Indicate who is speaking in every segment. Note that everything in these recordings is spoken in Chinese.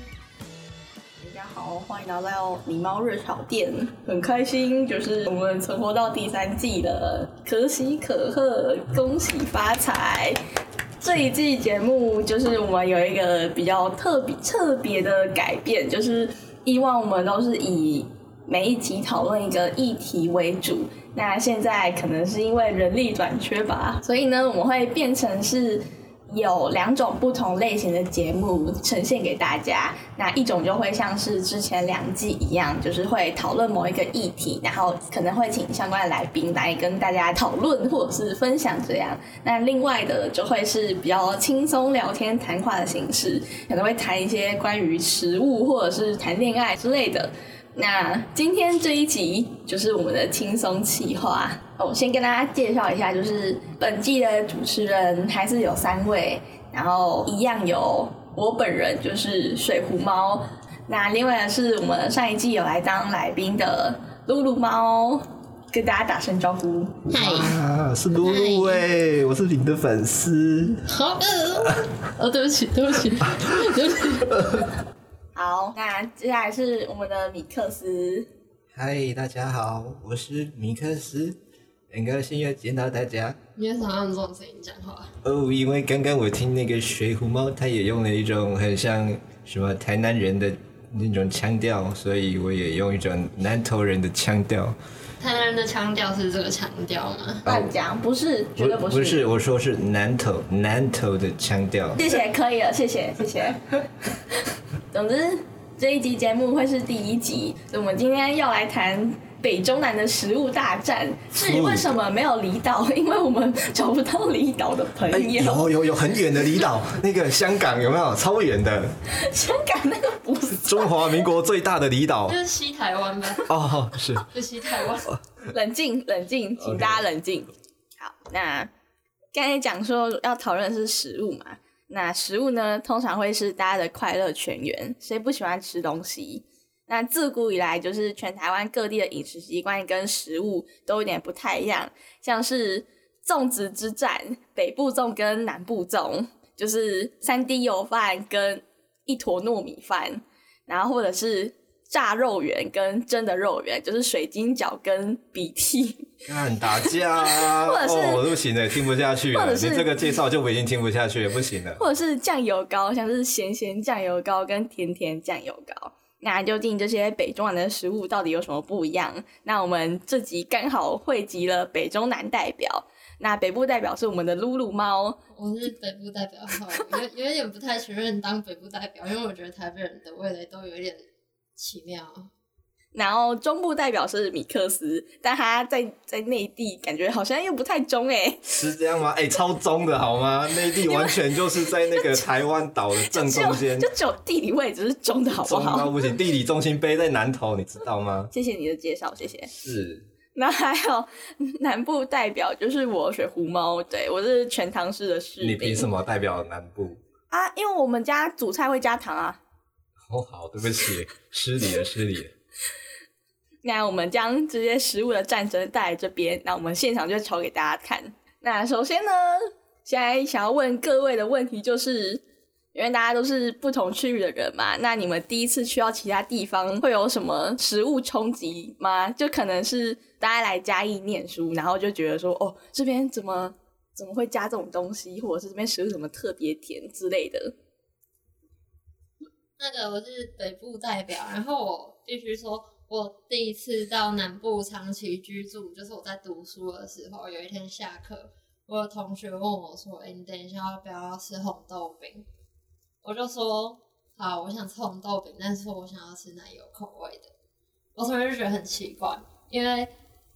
Speaker 1: 大家好，欢迎来到狸猫热炒店，很开心，就是我们存活到第三季了，可喜可贺，恭喜发财！这一季节目就是我们有一个比较特别特别的改变，就是以往我们都是以每一集讨论一个议题为主，那现在可能是因为人力短缺吧，所以呢，我们会变成是有两种不同类型的节目呈现给大家。那一种就会像是之前两季一样，就是会讨论某一个议题，然后可能会请相关的来宾来跟大家讨论或者是分享这样。那另外的就会是呃比较轻松聊天谈话的形式，可能会谈一些关于食物或者是谈恋爱之类的。那今天这一集就是我们的轻松企划。哦我先跟大家介绍一下，就是本季的主持人还是有三位，然后一样有我本人，就是水壶猫。那另外的是我们上一季有来当来宾的露露猫，跟大家打声招呼。
Speaker 2: 嗨，
Speaker 3: 啊，是露露哎，我是你的粉丝。
Speaker 2: 好饿哦！哦，对不起，对不起，对不起。
Speaker 1: 好，那接下来是我们的米克斯。
Speaker 4: 嗨，大家好，我是米克斯，很高兴又见到大家。
Speaker 2: 你为什么要用这种声音讲话？
Speaker 4: 哦，因为刚刚我听那个水浒猫，他也用了一种很像什么台南人的那种腔调，所以我也用一种南投人的腔调。
Speaker 2: 台南人的腔调是这个腔调吗？
Speaker 1: 乱讲，不是，绝对
Speaker 4: 不
Speaker 1: 是。
Speaker 4: 是，我说是南投南投的腔调。
Speaker 1: 谢谢，可以了，谢谢，谢谢。总之，这一集节目会是第一集，我们今天要来谈北中南的食物大战。至于为什么没有离岛，因为我们找不到离岛的朋
Speaker 3: 哎，
Speaker 1: 友。
Speaker 3: 有有有很远的离岛，
Speaker 4: 那个香港有没有超远的
Speaker 1: 香港那个不是
Speaker 3: 中华民国最大的离岛
Speaker 4: 哦
Speaker 2: 就。是西台湾吧，
Speaker 3: 哦，是
Speaker 2: 就西台湾。
Speaker 1: 冷静，冷静，请大家冷静。好，那刚才讲说要讨论的是食物嘛，那食物呢，通常会是大家的快乐泉源，谁不喜欢吃东西？那自古以来，就是全台湾各地的饮食习惯跟食物都有点不太一样，像是粽子之战，北部粽跟南部粽，就是三滴油饭跟一坨糯米饭，然后或者是炸肉圆跟真的肉圆，就是水晶饺跟鼻涕，
Speaker 4: 干打架、啊，
Speaker 1: 或者是
Speaker 4: 哦，不行了，听不下去
Speaker 1: 或
Speaker 4: 了。
Speaker 1: 者
Speaker 4: 你
Speaker 1: 是
Speaker 4: 这个介绍就我已经听不下去了，不行 了。
Speaker 1: 或者是酱油膏，像是咸咸酱油膏跟甜甜酱油膏。那究竟这些北中南的食物到底有什么不一样？那我们这集刚好汇集了北中南代表。那北部代表是我们的露露猫，
Speaker 2: 我是北部代表，好，有有点不太承认当北部代表，因为我觉得台北人的味蕾都有一点奇妙。
Speaker 1: 然后中部代表是米克斯，但他在在内地感觉好像又不太中哎、
Speaker 4: 是这样吗？哎、超中的好吗？内地完全就是在那个台湾岛的正
Speaker 1: 就
Speaker 4: 中间
Speaker 1: 就，只有地理位置是中的好不
Speaker 4: 中到
Speaker 1: 好？
Speaker 4: 不行。地理中心碑在南投，你知道吗？
Speaker 1: 谢谢你的介绍，谢谢。
Speaker 4: 是，
Speaker 1: 那还有南部代表就是我水壶猫，对我是全唐市的士
Speaker 4: 你凭
Speaker 1: 兵
Speaker 4: 什么代表南部？
Speaker 1: 啊，因为我们家煮菜会加糖啊。
Speaker 4: 哦，好，对不 起，失礼了，失礼了。
Speaker 1: 那我们将这些食物的战争带来这边，那我们现场就炒给大家看。那首先呢，现在想要问各位的问题就是，因为大家都是不同区域的人嘛，那你们第一次去到其他地方会有什么食物冲击吗？就可能是大家来嘉义念书，然后就觉得说，哦，这边怎么怎么会加这种东西，或者是这边食物怎么特别甜之类的。
Speaker 2: 那个我是北部代表，然后我必须说，我第一次到南部长期居住，就是我在读书的时候，有一天下课，我有同学问我说：“哎、你等一下要不要吃红豆饼？”我就说：“好，我想吃红豆饼，但是我想要吃奶油口味的。”我突然就觉得很奇怪，因为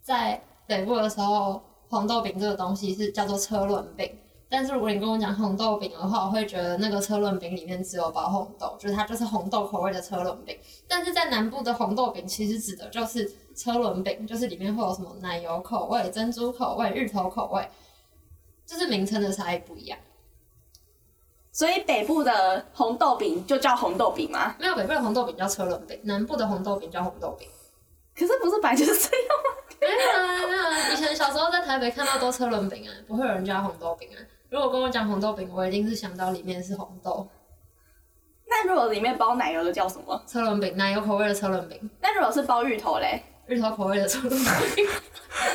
Speaker 2: 在北部的时候，红豆饼这个东西是叫做车轮饼。但是如果你跟我讲红豆饼的话，我会觉得那个车轮饼里面只有包红豆，就是它就是红豆口味的车轮饼。但是在南部的红豆饼其实指的就是车轮饼，就是里面会有什么奶油口味、珍珠口味、芋头口味，就是名称的差异不一样。
Speaker 1: 所以北部的红豆饼就叫红豆饼吗？
Speaker 2: 没有北部的红豆饼叫车轮饼，南部的红豆饼叫红豆饼。
Speaker 1: 可是不是本来就是这样吗？
Speaker 2: 没有啊，没有啊！以前小时候在台北看到都车轮饼啊，不会有人叫红豆饼啊。如果跟我讲红豆饼，我一定是想到里面是红豆
Speaker 1: 那如果里面包奶油的叫什么？
Speaker 2: 车轮饼，奶油口味的车轮饼，
Speaker 1: 那如果是包芋头嘞？
Speaker 2: 芋头口味的车轮饼。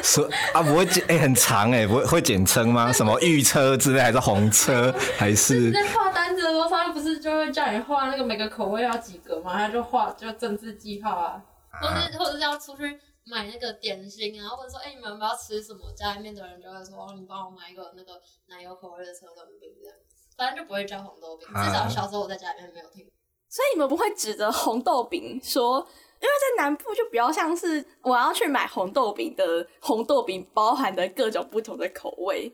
Speaker 4: 说啊，不会简哎、很长哎、不会会简称吗？什么御车之类，还是红车，还是
Speaker 2: 在画单子的时候，他们不是就会叫你画那个每个口味要几个嘛？他就画就政治记号啊，或者或者是要出去买那个点心啊，或者说哎、你们要不要吃什么？家里面的人就会说哦，你帮我买一个那个奶油口味的车轮饼这样，反正就不会叫红豆饼，至少小时候我在家里面没有听过。
Speaker 1: 所以你们不会指着红豆饼说，因为在南部就比较像是我要去买红豆饼的红豆饼包含的各种不同的口味，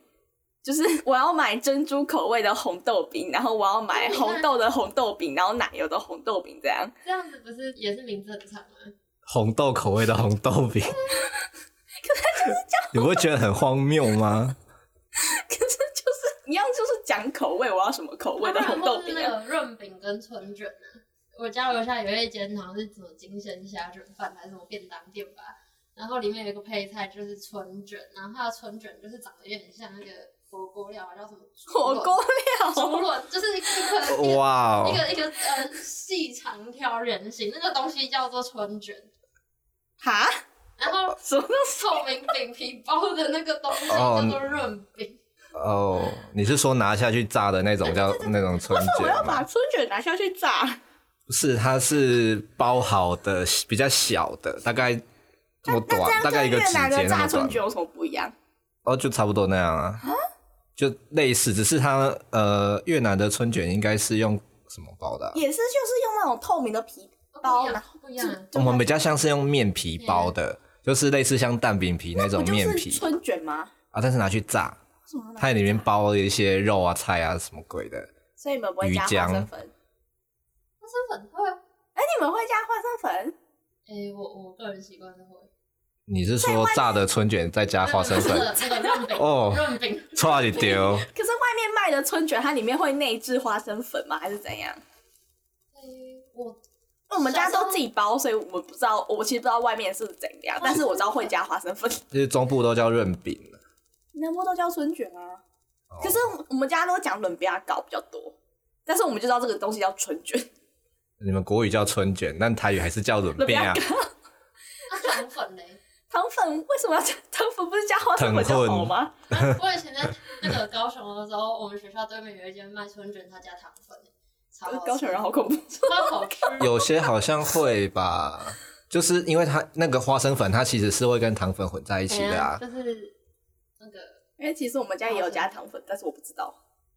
Speaker 1: 就是我要买珍珠口味的红豆饼，然后我要买红豆的红豆饼，然后奶油的红豆饼这样。
Speaker 2: 这样子不是也是名字很长吗？
Speaker 4: 红豆口味的红豆饼？你不会觉得很荒谬吗？
Speaker 1: 可是就是一样，就是讲口味，我要什么口味的红豆饼、
Speaker 2: 那
Speaker 1: 啊。
Speaker 2: 个润饼跟春卷啊。我家楼下有一间好像是什么金鲜虾卷饭还是什么便当店吧，然后里面有一个配菜就是春卷，然后它的春卷就是长得有点像那个火锅料啊，叫什么竹
Speaker 1: 火
Speaker 2: 轮
Speaker 1: 锅
Speaker 2: 竹
Speaker 1: 料，
Speaker 2: 轮，就是一个一个
Speaker 4: 哇哦，
Speaker 2: 一个一个呃细长条圆形，那个东西叫做春卷，
Speaker 1: 哈？
Speaker 2: 然后
Speaker 1: 什么东西？
Speaker 2: 透明饼皮包的那个东西
Speaker 4: 哦
Speaker 2: 叫做润饼。
Speaker 4: 哦，你是说拿下去炸的那种叫那种春
Speaker 1: 我要
Speaker 4: 卷吗
Speaker 1: 把？春卷拿下去炸，
Speaker 4: 不是，它是包好的，比较小的，大概这么
Speaker 1: 那这
Speaker 4: 短，
Speaker 1: 样
Speaker 4: 啊大概一
Speaker 1: 跟
Speaker 4: 个
Speaker 1: 越
Speaker 4: 指
Speaker 1: 南
Speaker 4: 节
Speaker 1: 的
Speaker 4: 那
Speaker 1: 炸
Speaker 4: 么
Speaker 1: 春
Speaker 4: 短。
Speaker 1: 卷有什么不一样？
Speaker 4: 哦，就差不多那样啊，就类似，只是它呃，越南的春卷应该是用什么包的啊、
Speaker 1: 也是就是用那种透明的皮包，然后
Speaker 2: 不一样，不啊一样。
Speaker 4: 我们比较像是用面皮包的，就是类似像蛋饼皮嗯那种
Speaker 1: 不就
Speaker 4: 面
Speaker 1: 是
Speaker 4: 皮
Speaker 1: 春卷吗？
Speaker 4: 啊，但是拿去炸，
Speaker 1: 什么
Speaker 4: 它里面包了一些肉啊、菜啊什么鬼的。
Speaker 1: 所以你们不会加
Speaker 4: 鱼
Speaker 1: 花
Speaker 4: 浆
Speaker 1: 生粉？
Speaker 2: 花生粉会，
Speaker 1: 哎，你们会加花生粉？
Speaker 2: 诶、我我个人习惯是会
Speaker 4: 你是说炸的春卷再加啊花
Speaker 1: 嗯
Speaker 4: 生
Speaker 2: 那
Speaker 4: 粉？
Speaker 2: 个那个润饼
Speaker 4: 哦
Speaker 2: 润饼，
Speaker 4: 错你丢，
Speaker 1: 可是外面卖的春卷，它里面会内置花生粉吗？还是怎样？
Speaker 2: 诶、哎我啊
Speaker 1: 我们家都自己包，所以我不知道，我其实不知道外面是怎样，但是我知道会加花生 粉。
Speaker 4: 就是中部都叫润饼了
Speaker 1: 南部都叫春卷啊，
Speaker 4: 哦
Speaker 1: 可是我们家都讲冷比亚糕比较多，但是我们就知道这个东西叫春卷。
Speaker 4: 你们国语叫春卷，但台语还是叫润饼啊
Speaker 1: 润，
Speaker 2: 那糖粉嘞，
Speaker 1: 糖粉为什么要加糖粉？不是加花生粉就好吗？
Speaker 2: 我以前在那个高雄的时候，我们学校对面有一间卖春卷，他加糖粉，超好吃
Speaker 1: 呃高雄人好恐怖。
Speaker 2: 超好吃。
Speaker 4: 有些好像会吧，就是因为它那个花生粉，它其实是会跟糖粉混在一起的啊，
Speaker 2: 就是那个
Speaker 1: 因为其实我们家也有加糖粉，但是我不知道。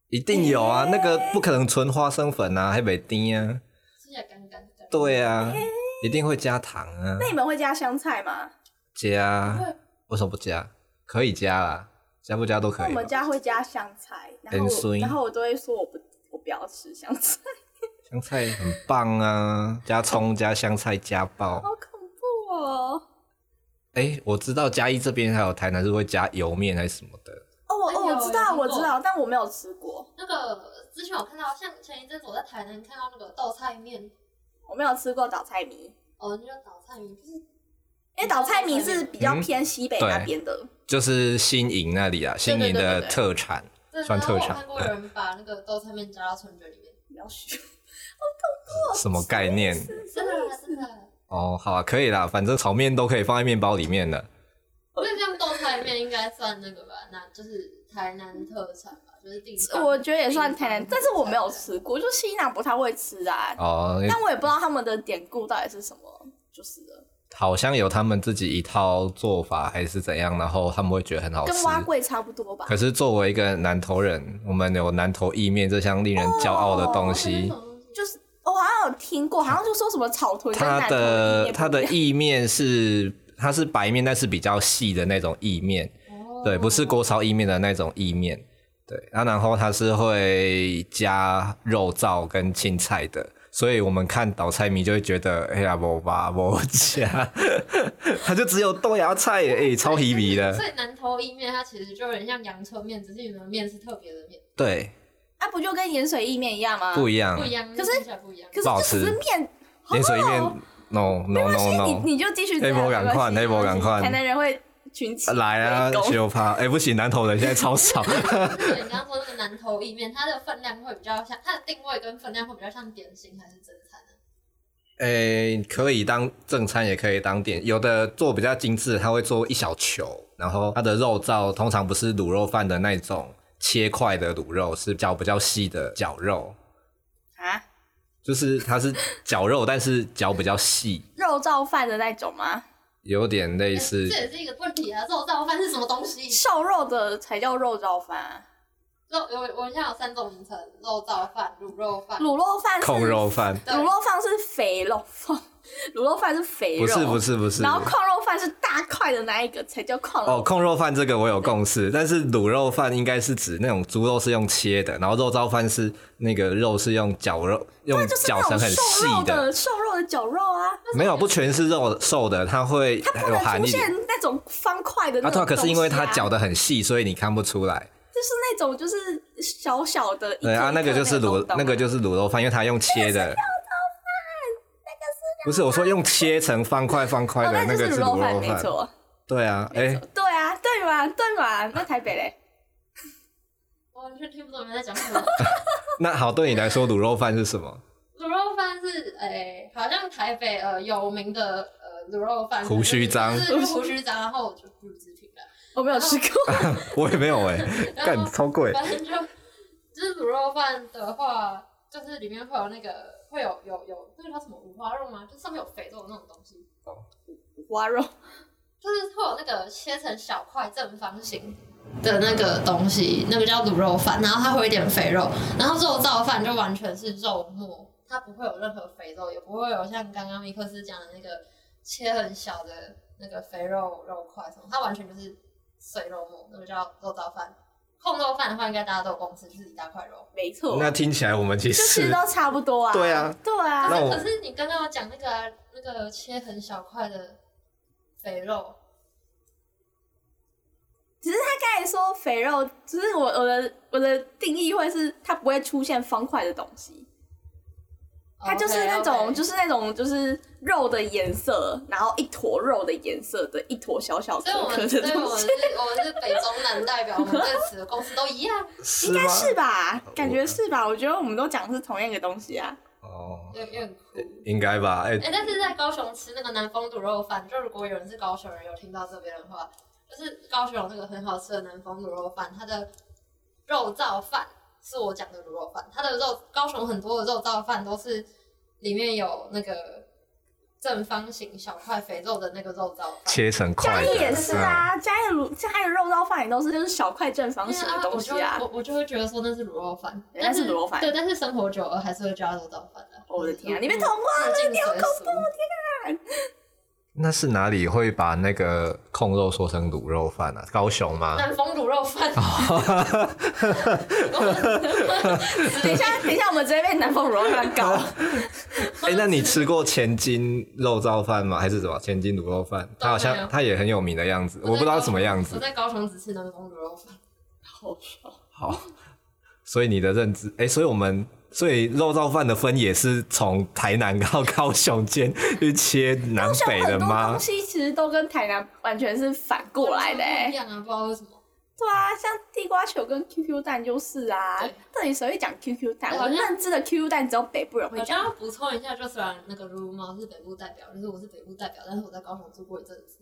Speaker 4: 一定有啊，
Speaker 1: 嗯
Speaker 4: 那个不可能纯花生粉啊，还没丁啊，
Speaker 2: 吃起来干干的，
Speaker 4: 对啊，一定会加糖啊
Speaker 1: 那，你们会加香菜吗？
Speaker 4: 加
Speaker 2: 会
Speaker 4: 为什么不加？可以加啦，加不加都可
Speaker 1: 那
Speaker 4: 以
Speaker 1: 我
Speaker 4: 吧。
Speaker 1: 们家会加香菜，然
Speaker 4: 很
Speaker 1: 后我
Speaker 4: 酸
Speaker 1: 然后我都会说我不我不要吃香菜，
Speaker 4: 香菜很棒啊，加葱加香菜加爆。
Speaker 1: 好恐怖哦！
Speaker 4: 哎、我知道嘉义这边还有台南是会加油面还是什么的，
Speaker 1: 哦，我哦
Speaker 2: 哎有
Speaker 1: 我知道
Speaker 2: 有听过
Speaker 1: 我知道，但我没有吃过，
Speaker 2: 那个之前我看到，像前一阵子我在台南看到那个倒菜面，
Speaker 1: 我没有吃过倒菜米，
Speaker 2: 哦，那叫倒菜面，就是
Speaker 1: 因为倒菜米是比较
Speaker 4: 嗯
Speaker 1: 偏西北
Speaker 4: 对
Speaker 1: 那边的。
Speaker 4: 就是新营那里啊，新营的特产。
Speaker 2: 对，然
Speaker 4: 算
Speaker 2: 后
Speaker 4: 特
Speaker 2: 我
Speaker 4: 产
Speaker 2: 看过有人把那个豆菜面加到春卷里面，
Speaker 1: 不要 学，
Speaker 4: 什么概念？
Speaker 2: 真的真的，
Speaker 4: 哦，好啊，可以啦，反正炒面都可以放在面包里面的。
Speaker 2: 那这样豆菜面应该算那个吧？那就是台南特产吧，就是地 方。哦
Speaker 1: 我觉得也算台南，但是我没有
Speaker 2: 吃。
Speaker 1: 吃过，就西南不太会吃啊，
Speaker 4: 哦，
Speaker 1: 但我也不知道他们的典故到底是什么，就是了。
Speaker 4: 好像有他们自己一套做法还是怎样，然后他们会觉得很好吃
Speaker 1: 跟。蛙柜差不多吧？
Speaker 4: 可是作为一个南投人，我们有南投意面这项令人骄傲的东
Speaker 2: 哦
Speaker 4: 西。
Speaker 1: 就是我好像有听过，好像就说什么草屯跟
Speaker 4: 它
Speaker 1: 南投意
Speaker 4: 的
Speaker 1: 面不
Speaker 4: 它的
Speaker 1: 一样
Speaker 4: 意面是它是白面，但是比较细的那种意面，
Speaker 2: 哦
Speaker 4: 对，不是锅烧意面的那种意面，对。啊、然后它是会加肉燥跟青菜的，所以我们看倒菜迷就会觉得，哎呀，我吧我加， 它就只有豆芽菜耶，哎、超皮皮的
Speaker 2: 所，以南投意面它其实就有点像阳春面，只是你们的面是特别的面，
Speaker 4: 对，
Speaker 1: 啊，不就跟盐水意面啊一样吗？
Speaker 4: 不一样
Speaker 2: 不，一样，
Speaker 1: 可是
Speaker 2: 听起来不一样。
Speaker 1: 可是
Speaker 4: 不好
Speaker 1: 就只是
Speaker 4: 吃
Speaker 1: 面，好
Speaker 4: 盐水意面
Speaker 1: 好
Speaker 4: ，no no no
Speaker 1: 所以
Speaker 4: no，
Speaker 1: 你你就继续这样
Speaker 4: 黑魔
Speaker 1: 没关系
Speaker 4: 赶快黑魔赶快
Speaker 1: 台南人会群起
Speaker 4: 来啊
Speaker 1: 围，攻
Speaker 4: 就怕，哎、不行，南投人现在超少。
Speaker 2: 就是你刚刚说那个南投意面，它的分量会比较像，它的定位跟分量会比较像点心还是正餐啊呢？
Speaker 4: 诶、可以当正餐，也可以当点。有的做比较精致，它会做一小球，然后它的肉燥通常不是卤肉饭的那种切块的卤肉，是绞比较细的绞肉，
Speaker 1: 啊，
Speaker 4: 就是它是绞肉，但是绞比较细，
Speaker 1: 肉燥饭的那种吗？
Speaker 4: 有点类似
Speaker 2: 哎这也是一个问题啊！肉燥饭是什么东西？
Speaker 1: 瘦肉的才叫肉燥饭啊，
Speaker 2: 肉我我现在有三种名称：肉燥饭、卤肉饭。
Speaker 1: 卤肉饭是
Speaker 4: 控肉饭，
Speaker 2: 对
Speaker 1: 卤肉饭是肥肉饭， 卤肉饭是肥肉，
Speaker 4: 不是不。是不是
Speaker 1: 然。后矿肉饭是大块的那一个才叫矿肉
Speaker 4: 哦，控肉饭这个我有共识，但是卤肉饭应该是指那种猪肉是用切的，然后肉燥饭是那个肉是用绞肉，用
Speaker 1: 就是
Speaker 4: 绞
Speaker 1: 那
Speaker 4: 成
Speaker 1: 种
Speaker 4: 很细
Speaker 1: 瘦肉的瘦肉的绞肉啊，
Speaker 4: 没有，不全是肉瘦的，它会呃
Speaker 1: 它不
Speaker 4: 有
Speaker 1: 能
Speaker 4: 含
Speaker 1: 出
Speaker 4: 一
Speaker 1: 现
Speaker 4: 点。
Speaker 1: 那种方块的那
Speaker 4: 啊，对
Speaker 1: 种、
Speaker 4: 啊，可是因为它
Speaker 1: 绞
Speaker 4: 绞
Speaker 1: 的，
Speaker 4: 的很细，所以你看不出来。
Speaker 1: 就是那种就是小小的一颗
Speaker 4: 对啊，
Speaker 1: 一颗
Speaker 4: 那个就是
Speaker 1: 东
Speaker 4: 卤，
Speaker 1: 东
Speaker 4: 那个就是卤肉饭，因为它用切的。不是我说用切成方块方块
Speaker 1: 哦，
Speaker 4: 的那
Speaker 1: 就
Speaker 4: 个
Speaker 1: 是
Speaker 4: 是
Speaker 1: 卤
Speaker 4: 卤
Speaker 1: 饭
Speaker 4: 肉
Speaker 1: 没
Speaker 4: 饭，
Speaker 1: 错，
Speaker 4: 对啊，哎，
Speaker 1: 对啊，对嘛对嘛，那台北嘞，
Speaker 2: 我完全听不懂你们在讲什么。
Speaker 4: 那好，对你来说卤肉饭是什么？
Speaker 2: 卤肉饭是诶、好像台北呃有名的呃卤肉饭，
Speaker 4: 胡须章
Speaker 2: 就是胡须章，然后我就不予置评了。
Speaker 1: 我没有吃过，
Speaker 4: 我也没有 哎， 干超贵，
Speaker 2: 反正就就是卤肉饭的话，就是里面会有那个会有有有那个叫什么五花肉吗？就上面有肥肉的那种东西，
Speaker 1: 花肉
Speaker 2: 就是会有那个切成小块正方形。的那个东西，那个叫卤肉饭，然后它会有一点肥肉，然后肉燥饭就完全是肉末，它不会有任何肥肉，也不会有像刚刚米克斯讲的那个切很小的那个肥肉肉块什么，它完全就是碎肉末，那个叫肉燥饭。控肉饭的话，应该大家都有共识，就是一大块肉。
Speaker 1: 没错，
Speaker 4: 那
Speaker 1: 就
Speaker 4: 听起来我们其
Speaker 1: 其实
Speaker 4: 实
Speaker 1: 都差不多啊，
Speaker 4: 对啊，
Speaker 1: 对啊，
Speaker 4: 那我
Speaker 2: 可是你刚刚有讲那个啊、那个切很小块的肥肉，。
Speaker 1: 只是他刚才说肥肉，只是我我的我的定义会是它不会出现方块的东西，它就是那种就是是那种就是肉的颜色，然后一坨肉的颜色的一坨小小
Speaker 2: 所
Speaker 1: 颗
Speaker 2: 以我
Speaker 1: 颗
Speaker 2: 们，所
Speaker 1: 的
Speaker 2: 以我
Speaker 1: 东
Speaker 2: 们是
Speaker 1: 西，，
Speaker 2: 我们是北中南代表，我们对此的共识都一样。
Speaker 4: 是
Speaker 1: 应该
Speaker 4: 吗？
Speaker 1: 是吧？感觉是吧？我觉得我们都讲的是同样一个东西啊，
Speaker 4: 哦，
Speaker 2: 有点酷。
Speaker 4: 应该吧？哎
Speaker 2: 哎、，但是在高雄吃那个南丰卤肉饭，就如果有人是高雄人，有听到这边的话，就是高雄有那个很好吃的南丰卤肉饭，它的肉燥饭是我讲的卤肉饭，它的肉高雄很多的肉燥饭都是里面有那个正方形小块肥肉的那个肉燥饭。
Speaker 4: 切成
Speaker 1: 嘉
Speaker 4: 块
Speaker 1: 义
Speaker 4: 的，
Speaker 1: 也是啊，嘉义卤嘉义的肉燥饭也都是就是小块正方形的东西啊
Speaker 2: 我就，我我就会觉得说那是卤肉饭，
Speaker 1: 对那是卤肉饭
Speaker 2: 对，但是生活久了还是会加肉燥饭的。
Speaker 1: 我的天啊你被同化了
Speaker 2: 你好恐怖！
Speaker 4: 那是哪里会把那个控肉说成卤肉饭啊？高雄吗？
Speaker 2: 南丰卤肉 饭，
Speaker 1: 等一下等一下我们直接被南方卤肉饭搞，
Speaker 4: 哎、那你吃过前金肉燥饭吗？还是什么前金卤肉饭？它好
Speaker 2: 都没有
Speaker 4: 像它也很有名的样子，我不知道什么样
Speaker 2: 我
Speaker 4: 子。
Speaker 2: 在高雄只吃南丰卤肉饭，
Speaker 1: 好爽。
Speaker 4: 好，所以你的认知，哎、所以我们所以肉燥饭的分也是从台南到高雄间去切南
Speaker 1: 像
Speaker 4: 北
Speaker 1: 很
Speaker 4: 的
Speaker 1: 多
Speaker 4: 吗
Speaker 1: 东？西其实都跟台南完全是反过来的、
Speaker 2: 完全不
Speaker 1: 欸。
Speaker 2: 一样啊，不知道为什么。
Speaker 1: 对啊，像地瓜球跟 QQ 蛋就是啊
Speaker 2: 对。
Speaker 1: 到底谁会讲 QQ 蛋？
Speaker 2: 对
Speaker 1: 我
Speaker 2: 好像
Speaker 1: 认知的 QQ 蛋只有北部人会
Speaker 2: 我刚
Speaker 1: 讲。
Speaker 2: 要补充一下，就虽然那个撸猫是北部代表，就是我是北部代表，但是我在高雄住过一阵子，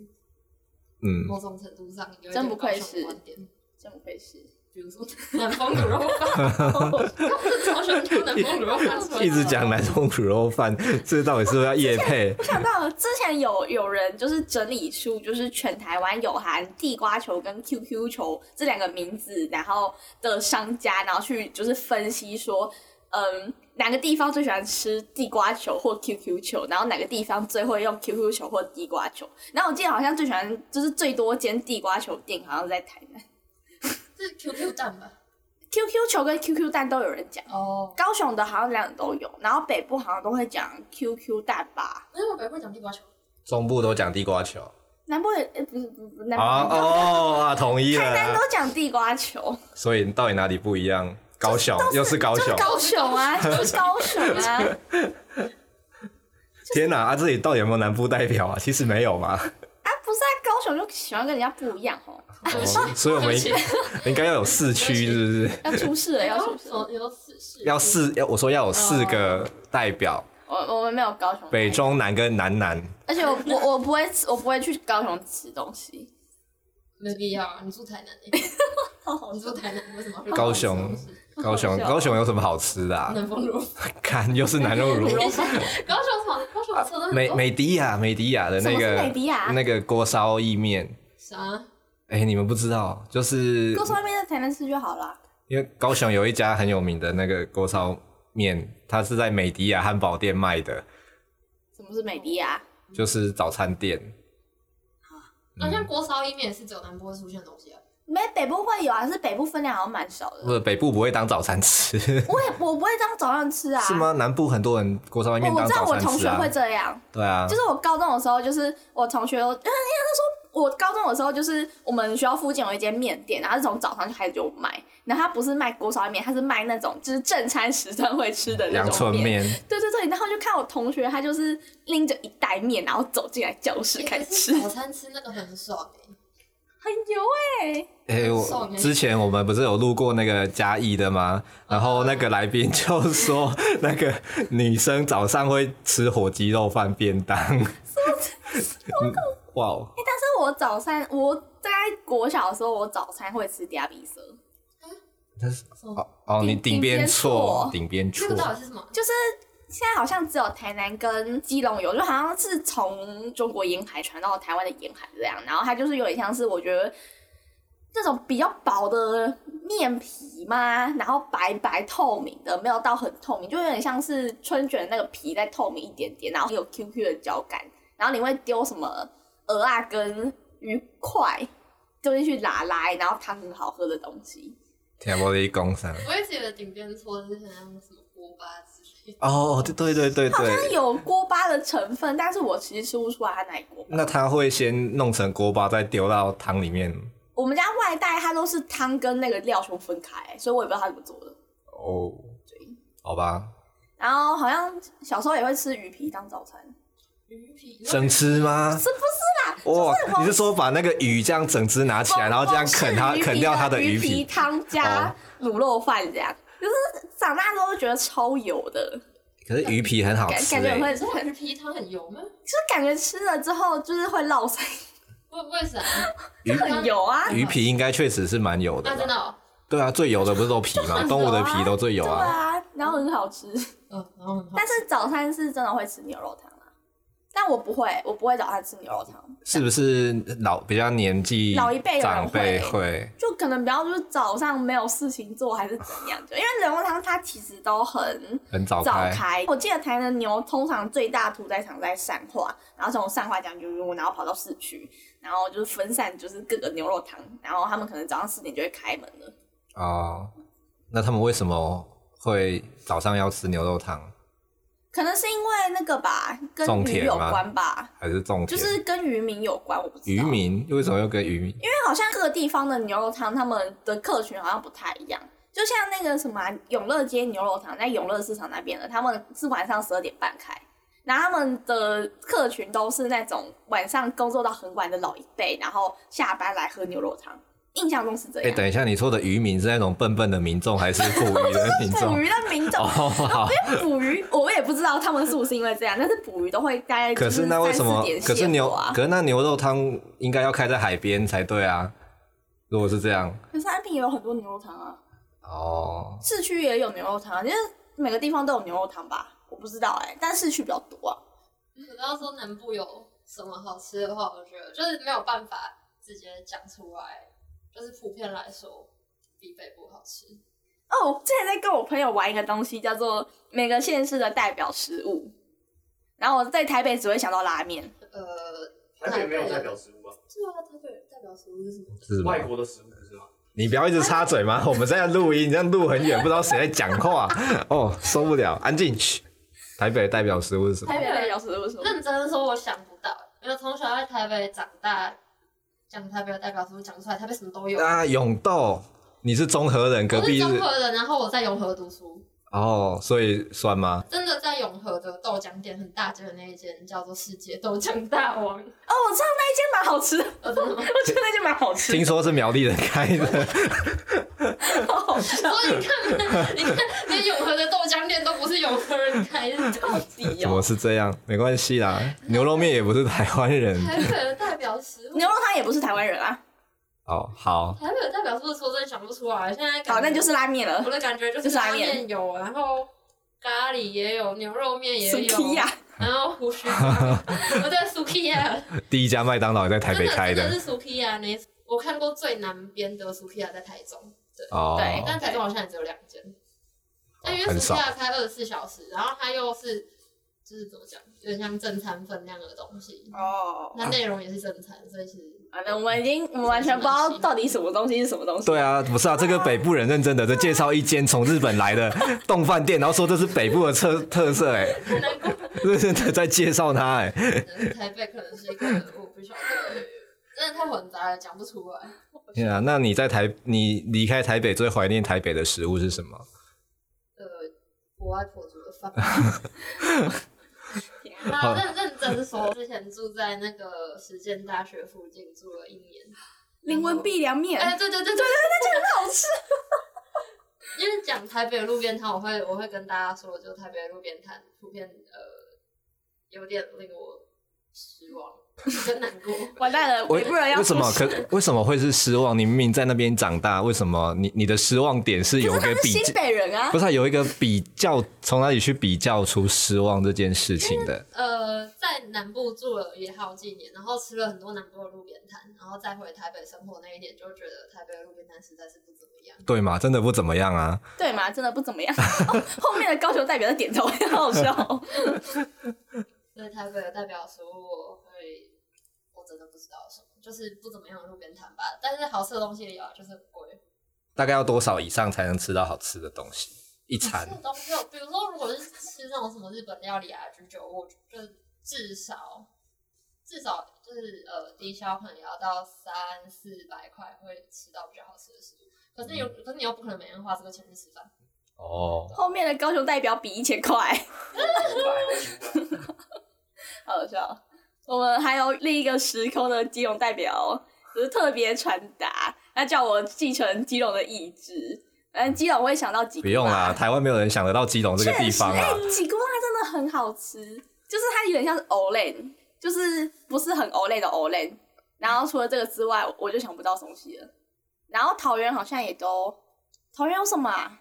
Speaker 4: 嗯，
Speaker 2: 某种程度上有一点
Speaker 1: 真不愧
Speaker 2: 高雄的观点。
Speaker 1: 这么回事？
Speaker 2: 比如说南方卤肉饭，他们超喜欢挑南方卤肉饭出来
Speaker 4: 一直讲南通卤肉饭，这到底是不是要夜配
Speaker 1: 我？想到之前有有人就是整理出，就是全台湾有含地瓜球跟 QQ 球这两个名字，然后的商家，然后去就是分析说，嗯，哪个地方最喜欢吃地瓜球或 QQ 球，然后哪个地方最会用 QQ 球或地瓜球。然后我记得好像最喜欢就是最多间地瓜球店好像是在台南
Speaker 2: 是 QQ 蛋吧？
Speaker 1: ，QQ 球跟 QQ 蛋都有人讲。
Speaker 2: 哦，
Speaker 1: 高雄的好像两个都有，然后北部好像都会讲 QQ 蛋吧，
Speaker 2: 因为我本来不讲地瓜球，
Speaker 4: 中部都讲地瓜球
Speaker 1: 南部也、呃不是不是南
Speaker 4: 啊
Speaker 1: 部
Speaker 4: 哦啊，统一了
Speaker 1: 台南
Speaker 4: 啦
Speaker 1: 都。讲地瓜球，
Speaker 4: 所以到底哪里不一样？高雄又是高
Speaker 1: 就是
Speaker 4: 雄，
Speaker 1: 高 雄啊，就是高雄啊，
Speaker 4: 天哪！啊，这里到底有没有南部代表啊？其实没有嘛，
Speaker 1: 啊不是啊，高雄就喜欢跟人家不一样哦，
Speaker 2: 对不 起
Speaker 4: 哦所以我们应
Speaker 2: 对不起
Speaker 4: 应该要有市区，是不是？
Speaker 1: 要出事了，要出事
Speaker 2: 什么
Speaker 1: 了，
Speaker 2: 哦有四是
Speaker 4: 要四要我说要有四
Speaker 1: 哦
Speaker 4: 个代表，
Speaker 1: 我我们没有高雄，
Speaker 4: 北，中南跟南南。
Speaker 1: 而且我我我不会吃我不会去高雄吃东西，
Speaker 2: 没必要啊，你住台南欸，
Speaker 1: 哦
Speaker 2: 你住台南为什么要去
Speaker 4: 高雄
Speaker 2: 吃东西
Speaker 4: 高雄
Speaker 1: 好笑哦
Speaker 4: 高雄有什么好吃的、啊？
Speaker 2: 南方卤肉饭？
Speaker 4: 看又是南肉 乳，
Speaker 2: 高雄什么？高雄的车都很
Speaker 4: 美
Speaker 2: 多
Speaker 4: 美迪亚美迪亚的那
Speaker 1: 什么
Speaker 4: 个
Speaker 1: 是美迪亚
Speaker 4: 那个锅烧意面，
Speaker 2: 啥？
Speaker 4: 哎、你们不知道，就是
Speaker 1: 高雄那边在台南吃就好了，
Speaker 4: 因为高雄有一家很有名的那个锅烧面，它是在美迪亚汉堡店卖的，
Speaker 1: 什么是美啊迪亚？
Speaker 4: 就是早餐店。
Speaker 2: 好
Speaker 4: 嗯
Speaker 2: 像锅烧意面也是只有南部会出现的东西啊。
Speaker 1: 没北部会有啊，是北部分量好像蛮少的，
Speaker 4: 不，北部不会当早餐吃，是
Speaker 1: 我也我不会当早 上吃啊，
Speaker 4: 吗？南部很多人锅烧意面
Speaker 1: 我
Speaker 4: 当
Speaker 1: 知道
Speaker 4: 早
Speaker 1: 我
Speaker 4: 餐
Speaker 1: 同
Speaker 4: 吃
Speaker 1: 学
Speaker 4: 啊
Speaker 1: 会。这样，
Speaker 4: 对啊，
Speaker 1: 就是我高中的时候，就是我同学都，因为那时候我高中的时候，就是我们学校附近有一间面店，然后是从早上就开始就卖，然后它不是卖锅烧面，它是卖那种就是正餐时段会吃的那
Speaker 4: 阳
Speaker 1: 种
Speaker 4: 春
Speaker 1: 面。
Speaker 4: 面，
Speaker 1: 对对对，然后就看我同学，他就是拎着一袋面，然后走进来教室开
Speaker 2: 欸可
Speaker 1: 始
Speaker 2: 是
Speaker 1: 吃，
Speaker 2: 早餐吃那个很爽欸
Speaker 1: 很油哎、
Speaker 4: 哎、我
Speaker 2: 送欸
Speaker 4: 之前我们不是有录过那个嘉义的吗？然后那个来宾就说，那个女生早上会吃火鸡肉饭便当。嗯哇哦，
Speaker 1: 但是我早餐，我在国小的时候，我早餐会吃嗲比蛇，
Speaker 4: 但是
Speaker 2: 什么
Speaker 4: 哦哦，你
Speaker 1: 顶
Speaker 4: 顶边
Speaker 1: 边
Speaker 4: 错
Speaker 1: 错，
Speaker 4: 顶边
Speaker 2: 这
Speaker 4: 错
Speaker 2: 个，到底是什么？
Speaker 1: 就是现在好像只有台南跟基隆有，就好像是从中国沿海传到台湾的沿海这样。然后它就是有点像是我觉得这种比较薄的面皮嘛，然后白白透明的，没有到很透明，就有点像是春卷那个皮再透明一点点，然后有 QQ 的胶感。然后你会丢什么鹅啊跟鱼块丢进去拉拉，然后汤很好喝的东西。
Speaker 4: 听我的一工伤。
Speaker 2: 我也觉得顶边搓是很像什么锅巴之类的。
Speaker 4: 哦，对对对对
Speaker 1: 好像
Speaker 4: 对，
Speaker 1: 有锅巴的成分，但是我其实吃不出来它哪里锅巴。
Speaker 4: 那他会先弄成锅巴，再丢到汤里面。
Speaker 1: 我们家外带它都是汤跟那个料全部分开，所以我也不知道它怎么做的。
Speaker 4: 哦，好吧，
Speaker 1: 然后好像小时候也会吃鱼皮当早餐，
Speaker 2: 鱼皮
Speaker 4: 生吃吗？
Speaker 1: 是不是
Speaker 4: 哇，
Speaker 1: 我
Speaker 4: 你是说把那个鱼这样整只拿起来，然后这样啃它，
Speaker 1: 光是鱼皮
Speaker 4: 啃掉它
Speaker 1: 的
Speaker 4: 的鱼
Speaker 1: 皮
Speaker 4: 皮？
Speaker 1: 汤加卤肉饭这样，就是长大之后就觉得超油的，
Speaker 4: 可是鱼皮很好
Speaker 1: 感
Speaker 4: 吃
Speaker 1: 感觉
Speaker 4: 欸，
Speaker 1: 会
Speaker 2: 你说
Speaker 1: 很，
Speaker 2: 鱼皮汤很油吗？
Speaker 1: 就是感觉吃了之后就是会落腮，
Speaker 2: 为为啥？
Speaker 4: 鱼
Speaker 1: 很油啊。
Speaker 4: 鱼皮应该确实是蛮油的
Speaker 2: 啊，真的
Speaker 4: 吧？
Speaker 2: 哦。
Speaker 4: 对啊，最油的不是都皮 吗？动物的皮都最油
Speaker 1: 对
Speaker 4: 啊。
Speaker 1: 啊，然后很好吃，
Speaker 2: 嗯，然后很好
Speaker 1: 但是早餐是真的会吃牛肉汤啊，但我不会，我不会早餐吃牛肉汤，
Speaker 4: 是不是老比较年纪
Speaker 1: 老一辈的人
Speaker 4: 长辈
Speaker 1: 会
Speaker 4: 会？
Speaker 1: 就可能不要就是早上没有事情做还是怎样，就因为牛肉汤它其实都很
Speaker 4: 很早
Speaker 1: 早
Speaker 4: 开，
Speaker 1: 开。我记得台南牛通常最大屠宰场在善化，然后从善化将军路，然后跑到市区，然后就是分散就是各个牛肉汤，然后他们可能早上四点就会开门了。
Speaker 4: 哦，那他们为什么会早上要吃牛肉汤，
Speaker 1: 可能是因为那个吧，跟
Speaker 4: 种
Speaker 1: 鱼
Speaker 4: 田
Speaker 1: 有
Speaker 4: 吗
Speaker 1: 关吧，
Speaker 4: 还是种
Speaker 1: 就
Speaker 4: 田？
Speaker 1: 是跟渔民有关，我不知道。
Speaker 4: 渔民为什么又跟渔民？
Speaker 1: 因为好像各个地方的牛肉汤，他们的客群好像不太一样。就像那个什么啊、永乐街牛肉汤，在永乐市场那边的，他们是晚上十二点半开，然后他们的客群都是那种晚上工作到很晚的老一辈，然后下班来喝牛肉汤。印象中是这
Speaker 4: 哎、
Speaker 1: 样。
Speaker 4: 等一下，你说的渔民是那种笨笨的民众，还是捕鱼的民
Speaker 1: 捕
Speaker 4: 众？
Speaker 1: 鱼的民众，
Speaker 4: 哦，好。
Speaker 1: 因为捕鱼我也不知道他们是不是因为这样，但是捕鱼都会大
Speaker 2: 哎
Speaker 1: 概
Speaker 4: 可
Speaker 1: 就是
Speaker 4: 那为
Speaker 1: 三
Speaker 4: 什
Speaker 1: 四
Speaker 4: 么
Speaker 1: 点？
Speaker 4: 可是
Speaker 1: 卸
Speaker 4: 牛
Speaker 1: 货，啊
Speaker 4: 可是那牛肉汤应该要开在海边才对啊。如果是这样，
Speaker 1: 可是安平也有很多牛肉汤啊，
Speaker 4: 哦，
Speaker 1: 市区也有牛肉汤啊，就是每个地方都有牛肉汤吧？我不知道哎、但市区比较多啊。
Speaker 2: 我要说南部有什么好吃的话，我觉得就是没有办法直接讲出来，就是普遍来说比北部好吃。
Speaker 1: 哦，我之前在跟我朋友玩一个东西，叫做每个县市的代表食物。然后我在台北只会想到拉面，
Speaker 2: 呃，
Speaker 5: 台北没有代表食物啊，
Speaker 2: 对啊，台北代表食物是什么？
Speaker 4: 是吗
Speaker 5: 外？国的食物不 是吗？
Speaker 4: 你不要一直插嘴嘛，我们现在录音，你这样录很远，不知道谁在讲话，哦，受不了，安静。嘘台北代表食物是什么？
Speaker 1: 台北代表食物是什么？
Speaker 2: 认真说，我想不到，因为从小在台北长大，讲台北的代表食物讲出来，台北什么都有。
Speaker 4: 啊，永豆，你是中和人，隔
Speaker 2: 我是
Speaker 4: 壁
Speaker 2: 中和人，然后我在永和读书，
Speaker 4: 哦，所以算吗？
Speaker 2: 真的在永和的豆浆店很大间的那一间叫做世界豆浆大
Speaker 1: 哦，
Speaker 2: 王。
Speaker 1: 我知道那一间蛮好吃的，
Speaker 2: 哦，真的吗？
Speaker 1: 我觉得那间蛮好吃的
Speaker 4: 听，说是苗栗人开的，
Speaker 1: 好好笑
Speaker 2: 所以你看，你看，连永和的豆浆店都不是永和人开的。
Speaker 1: 到底
Speaker 4: 怎
Speaker 1: 哦
Speaker 4: 么。是这样？没关系啦，牛肉面也不是台湾人。
Speaker 2: 台北的代表食物，
Speaker 1: 牛肉汤也不是台湾人啊，
Speaker 4: 哦，好，
Speaker 2: 台北的代表食物说真的想不出来。现在感觉
Speaker 1: 好，那就是拉面了
Speaker 2: 我。的感觉就是
Speaker 1: 就是
Speaker 2: 拉
Speaker 1: 拉面
Speaker 2: 面有，然后咖喱也有，牛肉面也有，
Speaker 1: Sukiya
Speaker 2: 然后胡须章，我对 Sukiya
Speaker 4: 第一家麦当劳也在台
Speaker 2: 真
Speaker 4: 北
Speaker 2: 的
Speaker 4: 开
Speaker 2: 真的
Speaker 4: 的
Speaker 2: 是 Sukiya 那一次，我看过最南边的 Sukiya 在台中，
Speaker 4: 哦，
Speaker 1: 对
Speaker 2: 但台中好像也只有两间。但因为
Speaker 4: 很少
Speaker 2: Sukiya 开二十四小时，然后它又是就是怎么讲，有点像正餐分量的东西，
Speaker 1: 哦，
Speaker 2: 它内容也是正餐，所以其实
Speaker 1: 反正我们已经我们完全不知道到底什么东西是什么东西。
Speaker 4: 对啊，不是啊，这个北部人认真的在介绍一间从日本来的冻饭店，然后说这是北部的特特色、欸，
Speaker 2: 很难 过。
Speaker 4: 认真的在介绍它、欸，哎，
Speaker 2: 台北可能是一个我不晓得，真的太混杂了，讲不出来。
Speaker 4: 天啊，那你在台，你离开台北最怀念台北的食物是什么？
Speaker 2: 呃，我外婆煮的饭。 啊
Speaker 1: 天
Speaker 2: 那认认真说，之前住在那个实践大学附近住了一年。
Speaker 1: 林文碧凉面，
Speaker 2: 哎，
Speaker 1: 哎，
Speaker 2: 对对对对对对，
Speaker 1: 很好吃。
Speaker 2: 因为讲台北路边摊，我会我会跟大家说，就台北路边摊普遍呃有点令我失望，很难过。
Speaker 1: 完蛋了，
Speaker 4: 为
Speaker 1: 北部人要
Speaker 4: 为什么可为什么会是失望？你明明在那边长大，为什么你你的失望点是有一个
Speaker 1: 他是
Speaker 4: 比
Speaker 1: 新北人啊
Speaker 4: 不，是、啊、有一个比较，从哪里去比较出失望这件事情的？
Speaker 1: 嗯
Speaker 2: 呃，在南部住了也好几年，然后吃了很多南部的路边摊，然后再回台北生活那一点，就觉得台北的路边摊实在是不怎么样。
Speaker 4: 对嘛，真的不怎么样啊。
Speaker 1: 对嘛，真的不怎么样。 哦后面的高雄代表在点头， 很好笑哦。
Speaker 2: 所以台北的代表食物，我会我真的不知道什么，就是不怎么样的路边摊吧。但是好吃的东西也有啊，就是很贵。
Speaker 4: 大概要多少以上才能吃到好吃的东西？一餐
Speaker 2: 吃的东西有，比如说如果是吃那种什么日本料理啊、居酒屋，就是至少至少就是呃低消可能也要到三四百块会吃到比较好吃的食物。可是有，可是你又不可能每天花这个钱去吃饭。
Speaker 4: 哦，
Speaker 1: 后面的高雄代表比一千块，
Speaker 5: 五百五百
Speaker 1: 好好笑。我们还有另一个时空的基隆代表，就是特别传达，他叫我继承基隆的意志。嗯，基隆我也想到几
Speaker 4: 不用啦，
Speaker 1: 啦，
Speaker 4: 台湾没有人想得到基隆这个地方
Speaker 1: 确实
Speaker 4: 啊。
Speaker 1: 哎、吉古拉真的很好吃，就是它有点像是 Olen，就是不是很 Olen 的 Olen。然后除了这个之外，我就想不到东西了。然后桃园好像也都，桃园有什么啊？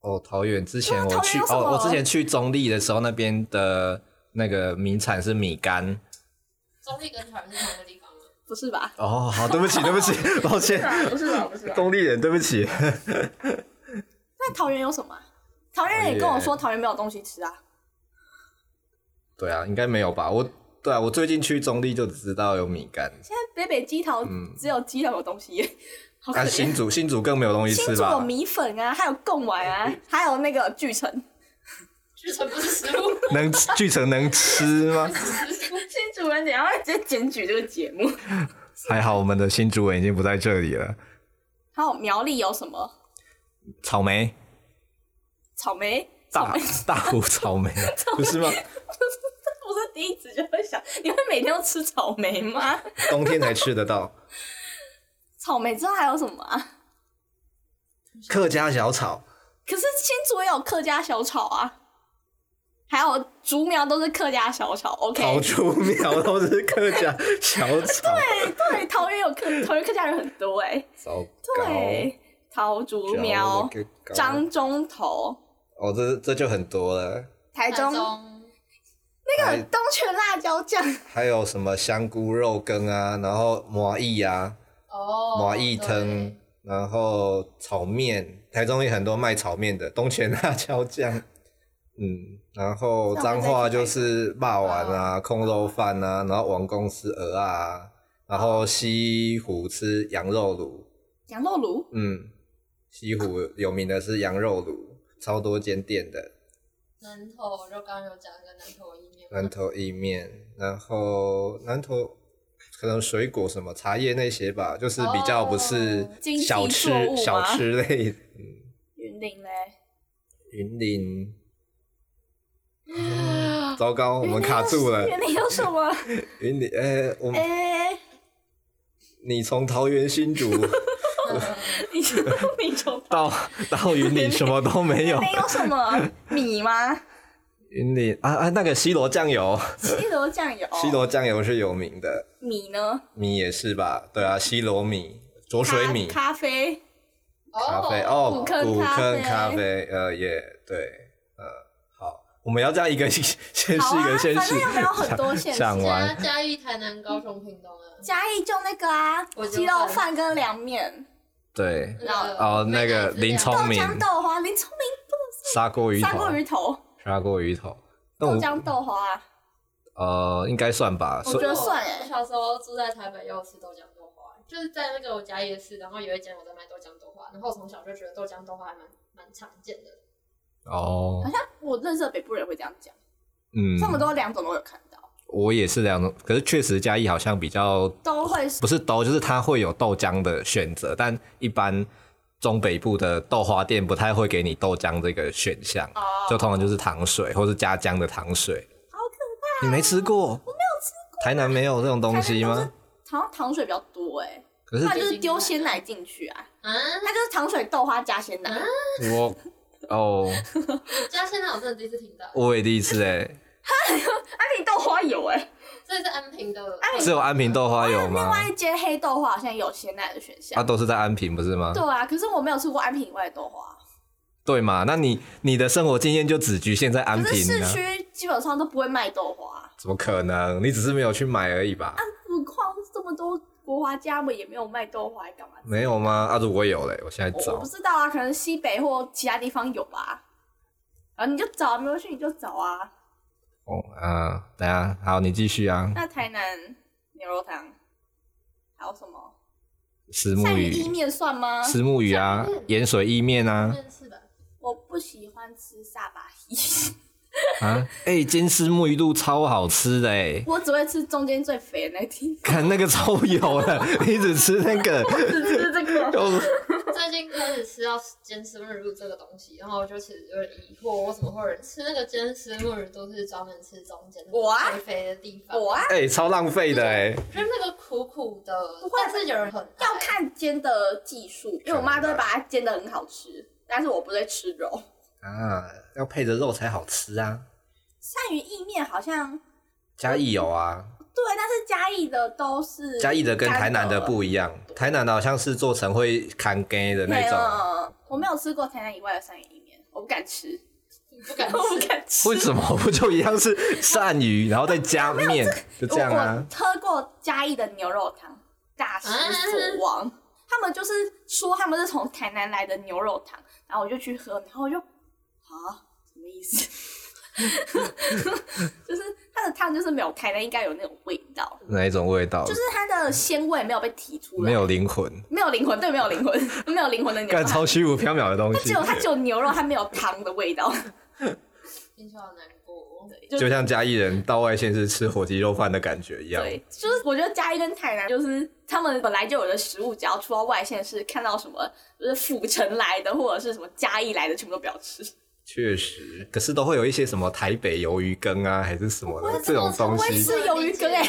Speaker 4: 哦，桃园之前
Speaker 1: 对啊
Speaker 4: 我去
Speaker 1: 桃园有什
Speaker 4: 哦
Speaker 1: 么，
Speaker 4: 我之前去中立的时候，那边的那个名产是米干。
Speaker 2: 中立跟台湾是同一个地方吗？
Speaker 1: 不是吧？
Speaker 4: 哦，好，对不起， 对不起，抱歉，
Speaker 1: 不是啊吧？不是吧？
Speaker 4: 中立人，对不起。
Speaker 1: 那桃园有什么啊、桃园人也跟我说桃园没有东西吃啊。
Speaker 4: 对啊，应该没有吧？我对啊，我最近去中立就只知道有米干，
Speaker 1: 现在北北鸡桃
Speaker 4: 嗯
Speaker 1: 只有鸡头有东西耶，好可
Speaker 4: 但
Speaker 1: 怜
Speaker 4: 啊新。竹新竹更没有东西
Speaker 1: 新
Speaker 4: 吃
Speaker 1: 竹有
Speaker 4: 吧？嗯
Speaker 1: 米粉啊，还有贡丸啊，还有那个巨城。
Speaker 2: 巨城不是食物，
Speaker 4: 能吃巨城能吃 吗？
Speaker 1: 新竹人等一下会直接检举这个节目。
Speaker 4: 还好我们的新竹人已经不在这里了。
Speaker 1: 还有苗栗有什么？
Speaker 4: 草莓，
Speaker 1: 草莓，草
Speaker 4: 大
Speaker 1: 莓
Speaker 4: 大湖 草莓，不是吗？
Speaker 1: 不是第一直就会想，你会每天都吃草莓吗？
Speaker 4: 冬天才吃得到。
Speaker 1: 草莓之后还有什么啊？
Speaker 4: 客家小炒，
Speaker 1: 可是新竹也有客家小炒啊，还有竹苗都是客家小炒 ，OK？
Speaker 3: 好出苗都是客 家小炒，
Speaker 1: 对对，桃园有客，桃园客家人很多哎、
Speaker 4: 糟糕，
Speaker 1: 对，桃竹苗、
Speaker 4: 张
Speaker 1: 张中头、
Speaker 4: 哦，这这就很多了，
Speaker 1: 台中
Speaker 2: 中
Speaker 1: 那个东泉辣椒酱，
Speaker 4: 还有什么香菇肉羹啊，然后麻薏啊，
Speaker 2: 哦，
Speaker 4: 麻薏
Speaker 2: 对
Speaker 4: 汤，然后炒面，台中也很多卖炒面的，东泉辣椒酱，嗯，然后彰化就是霸丸啊、空肉饭啊，然后王宫吃鹅啊，然后西湖吃羊肉卤，
Speaker 1: 羊肉炉，
Speaker 4: 嗯，西湖有名的是羊肉卤，超多间店的，
Speaker 2: 南投就刚刚有讲一个南投意面嘛，
Speaker 4: 南投意面，然后南投可能水果什么茶叶那些吧，就是比较不是
Speaker 2: 哦
Speaker 1: 经济
Speaker 4: 小吃、
Speaker 1: 作物吗
Speaker 4: 小吃类的。
Speaker 1: 云林嘞，
Speaker 4: 云 林，糟糕，我们卡住了
Speaker 1: 云。林有 什么？
Speaker 4: 云林，哎、我们
Speaker 1: 哎、
Speaker 4: 你从桃园新竹
Speaker 2: 嗯
Speaker 1: 你说你说
Speaker 4: 到到云林什么都没 有
Speaker 1: 云。林有什么米吗？
Speaker 4: 云林啊啊，那个西罗酱油，
Speaker 1: 西罗酱油，
Speaker 4: 西罗酱油是有名的，
Speaker 1: 米呢？
Speaker 4: 米也是吧？对啊，西罗米、浊水米、
Speaker 1: 咖咖啡，
Speaker 4: 咖啡
Speaker 1: 古
Speaker 4: 哦，
Speaker 1: 坑
Speaker 4: 古
Speaker 1: 咖啡
Speaker 4: 坑咖啡，呃，也对，呃，好，我们要这样一个 先
Speaker 1: 好
Speaker 4: 是一
Speaker 1: 啊，
Speaker 4: 个先
Speaker 1: 反
Speaker 4: 是
Speaker 1: 正又没有很多啊县市。
Speaker 4: 讲
Speaker 2: 嘉
Speaker 4: 完，
Speaker 2: 嘉义、台南、高雄、屏东啊，
Speaker 1: 嘉义就那个啊
Speaker 2: 我，就
Speaker 1: 鸡肉饭跟凉面，
Speaker 4: 对，
Speaker 2: 那个
Speaker 4: 哦，那个林
Speaker 1: 豆
Speaker 4: 聪明
Speaker 1: 浆豆花，林聪
Speaker 4: 砂锅鱼
Speaker 1: 明
Speaker 4: 头
Speaker 1: 砂，锅鱼头，
Speaker 4: 砂锅鱼头，那
Speaker 1: 豆
Speaker 4: 我
Speaker 1: 浆豆花啊，
Speaker 4: 呃应该算吧，
Speaker 1: 我
Speaker 4: 所
Speaker 1: 觉得
Speaker 4: 以
Speaker 1: 算欸
Speaker 2: 我小时候住在台北，又吃豆浆豆花，就是在那个我家夜市，然后有一间我在卖豆浆豆花，然后我从小就觉得豆浆豆花还蛮蛮常见的。
Speaker 4: 哦
Speaker 1: 好，像我认识的北部人会这样讲，
Speaker 4: 嗯，
Speaker 1: 这么多两种都有看到，
Speaker 4: 我也是两种，可是确实嘉义好像比较
Speaker 1: 都会是
Speaker 4: 不是都，就是它会有豆浆的选择，但一般中北部的豆花店不太会给你豆浆这个选项。
Speaker 1: 哦，
Speaker 4: 就通常就是糖水或是加姜的糖水。好可怕、你没吃过？我没有吃过。台南没有这种东西
Speaker 1: 台南
Speaker 4: 吗
Speaker 1: 都？是好像糖水比较多哎，
Speaker 4: 可
Speaker 1: 不
Speaker 4: 是
Speaker 1: 然就是丢鲜奶进去啊，
Speaker 2: 啊，
Speaker 1: 它就是糖水豆花加鲜奶，
Speaker 4: 我哦，
Speaker 2: 家现在我真的第一次听到，
Speaker 4: 我也第一次哎、
Speaker 1: 安平豆花有哎，
Speaker 4: 嗯
Speaker 2: 这是安平的，
Speaker 4: 只有安平豆花有
Speaker 1: 另
Speaker 4: 吗？
Speaker 1: 外一间黑豆花好像有鲜奶的选
Speaker 4: 啊，
Speaker 1: 项，
Speaker 4: 都是在安平不是吗？
Speaker 1: 对啊，可是我没有吃过安平以外的豆花。
Speaker 4: 对嘛？那你你的生活经验就只局限在安
Speaker 1: 可是
Speaker 4: 平
Speaker 1: 市
Speaker 4: 呢？
Speaker 1: 区基本上都不会卖豆花，
Speaker 4: 怎么可能？你只是没有去买而已吧？
Speaker 1: 何况这么多国华家们也没有卖豆花，干嘛？
Speaker 4: 没有吗？啊，如果有嘞，我现在
Speaker 1: 我我
Speaker 4: 找
Speaker 1: 不。知道啊，可能西北或其他地方有吧。啊，你就找，没关系你就找啊。
Speaker 4: 哦啊，等一下，好，你继续啊。
Speaker 1: 那台南牛肉汤还有什么？
Speaker 4: 石
Speaker 1: 鳝
Speaker 4: 木
Speaker 1: 鱼意
Speaker 4: 鱼，
Speaker 1: 面算吗？
Speaker 4: 石木鱼啊
Speaker 2: 嗯，
Speaker 4: 盐水意面啊。
Speaker 2: 面试的，
Speaker 1: 我不喜欢吃萨巴鱼，
Speaker 4: 啊， 哎、煎丝木鱼露超好吃的哎、
Speaker 1: 我只会吃中间最肥的那天，
Speaker 4: 看那个超油的，你只吃那个，
Speaker 1: 只吃这个。
Speaker 2: 最近开始吃到煎丝木耳露这个东西，然后我就其实有点疑惑，为什么会有人吃那个煎丝木耳都是专门吃中间的
Speaker 1: 我啊
Speaker 2: 肥肥的地方？
Speaker 1: 我啊，
Speaker 4: 哎、超浪费的哎、
Speaker 2: 就是那个苦苦的
Speaker 1: 不，会
Speaker 2: 但是有人很爱
Speaker 1: 要看煎的技术，因为我妈都会把它煎的很好吃，但是我不会吃肉。
Speaker 4: 啊，要配着肉才好吃啊，
Speaker 1: 鳝鱼意面好像
Speaker 4: 嘉义有啊，
Speaker 1: 对，但是嘉义的都是
Speaker 4: 嘉义的跟台南的
Speaker 1: 干
Speaker 4: 不一样，台南的好像是做成会砍干的
Speaker 1: 的
Speaker 4: 那种，
Speaker 1: 嗯我没有吃过台南以外的鳝鱼意面，我不敢吃，
Speaker 2: 不敢
Speaker 1: 我不
Speaker 2: 吃。
Speaker 1: 敢吃。
Speaker 4: 为什么不就一样是鳝鱼，然后再加面，就这样啊？
Speaker 1: 我我喝过嘉义的牛肉汤，大失所望。他们就是说他们是从台南来的牛肉汤，然后我就去喝，然后我就啊，什么 意思？就是它的汤就是没有台南应该有那种味道，
Speaker 4: 哪一种味道？
Speaker 1: 就是它的鲜味没有被提出来，
Speaker 4: 没有灵魂，
Speaker 1: 没有灵魂，对，没有灵魂，没有灵魂的牛肉
Speaker 4: 干
Speaker 1: 汤。
Speaker 4: 超虚无缥缈的东
Speaker 1: 它只
Speaker 4: 西
Speaker 1: 有，它只有牛肉，它没有汤的味道，
Speaker 2: 听说好难过，
Speaker 1: 就
Speaker 4: 就像嘉义人到外县市吃火鸡肉饭的感觉一样。
Speaker 1: 对，就是我觉得嘉义跟台南就是他们本来就有的食物，只要出到外县市，看到什么就是府城来的或者是什么嘉义来的，全部都不要吃。
Speaker 4: 确实，可是都会有一些什么台北鱿鱼羹啊，还是什么的这种东
Speaker 1: 我也
Speaker 4: 西，
Speaker 1: 吃鱿鱼羹哎、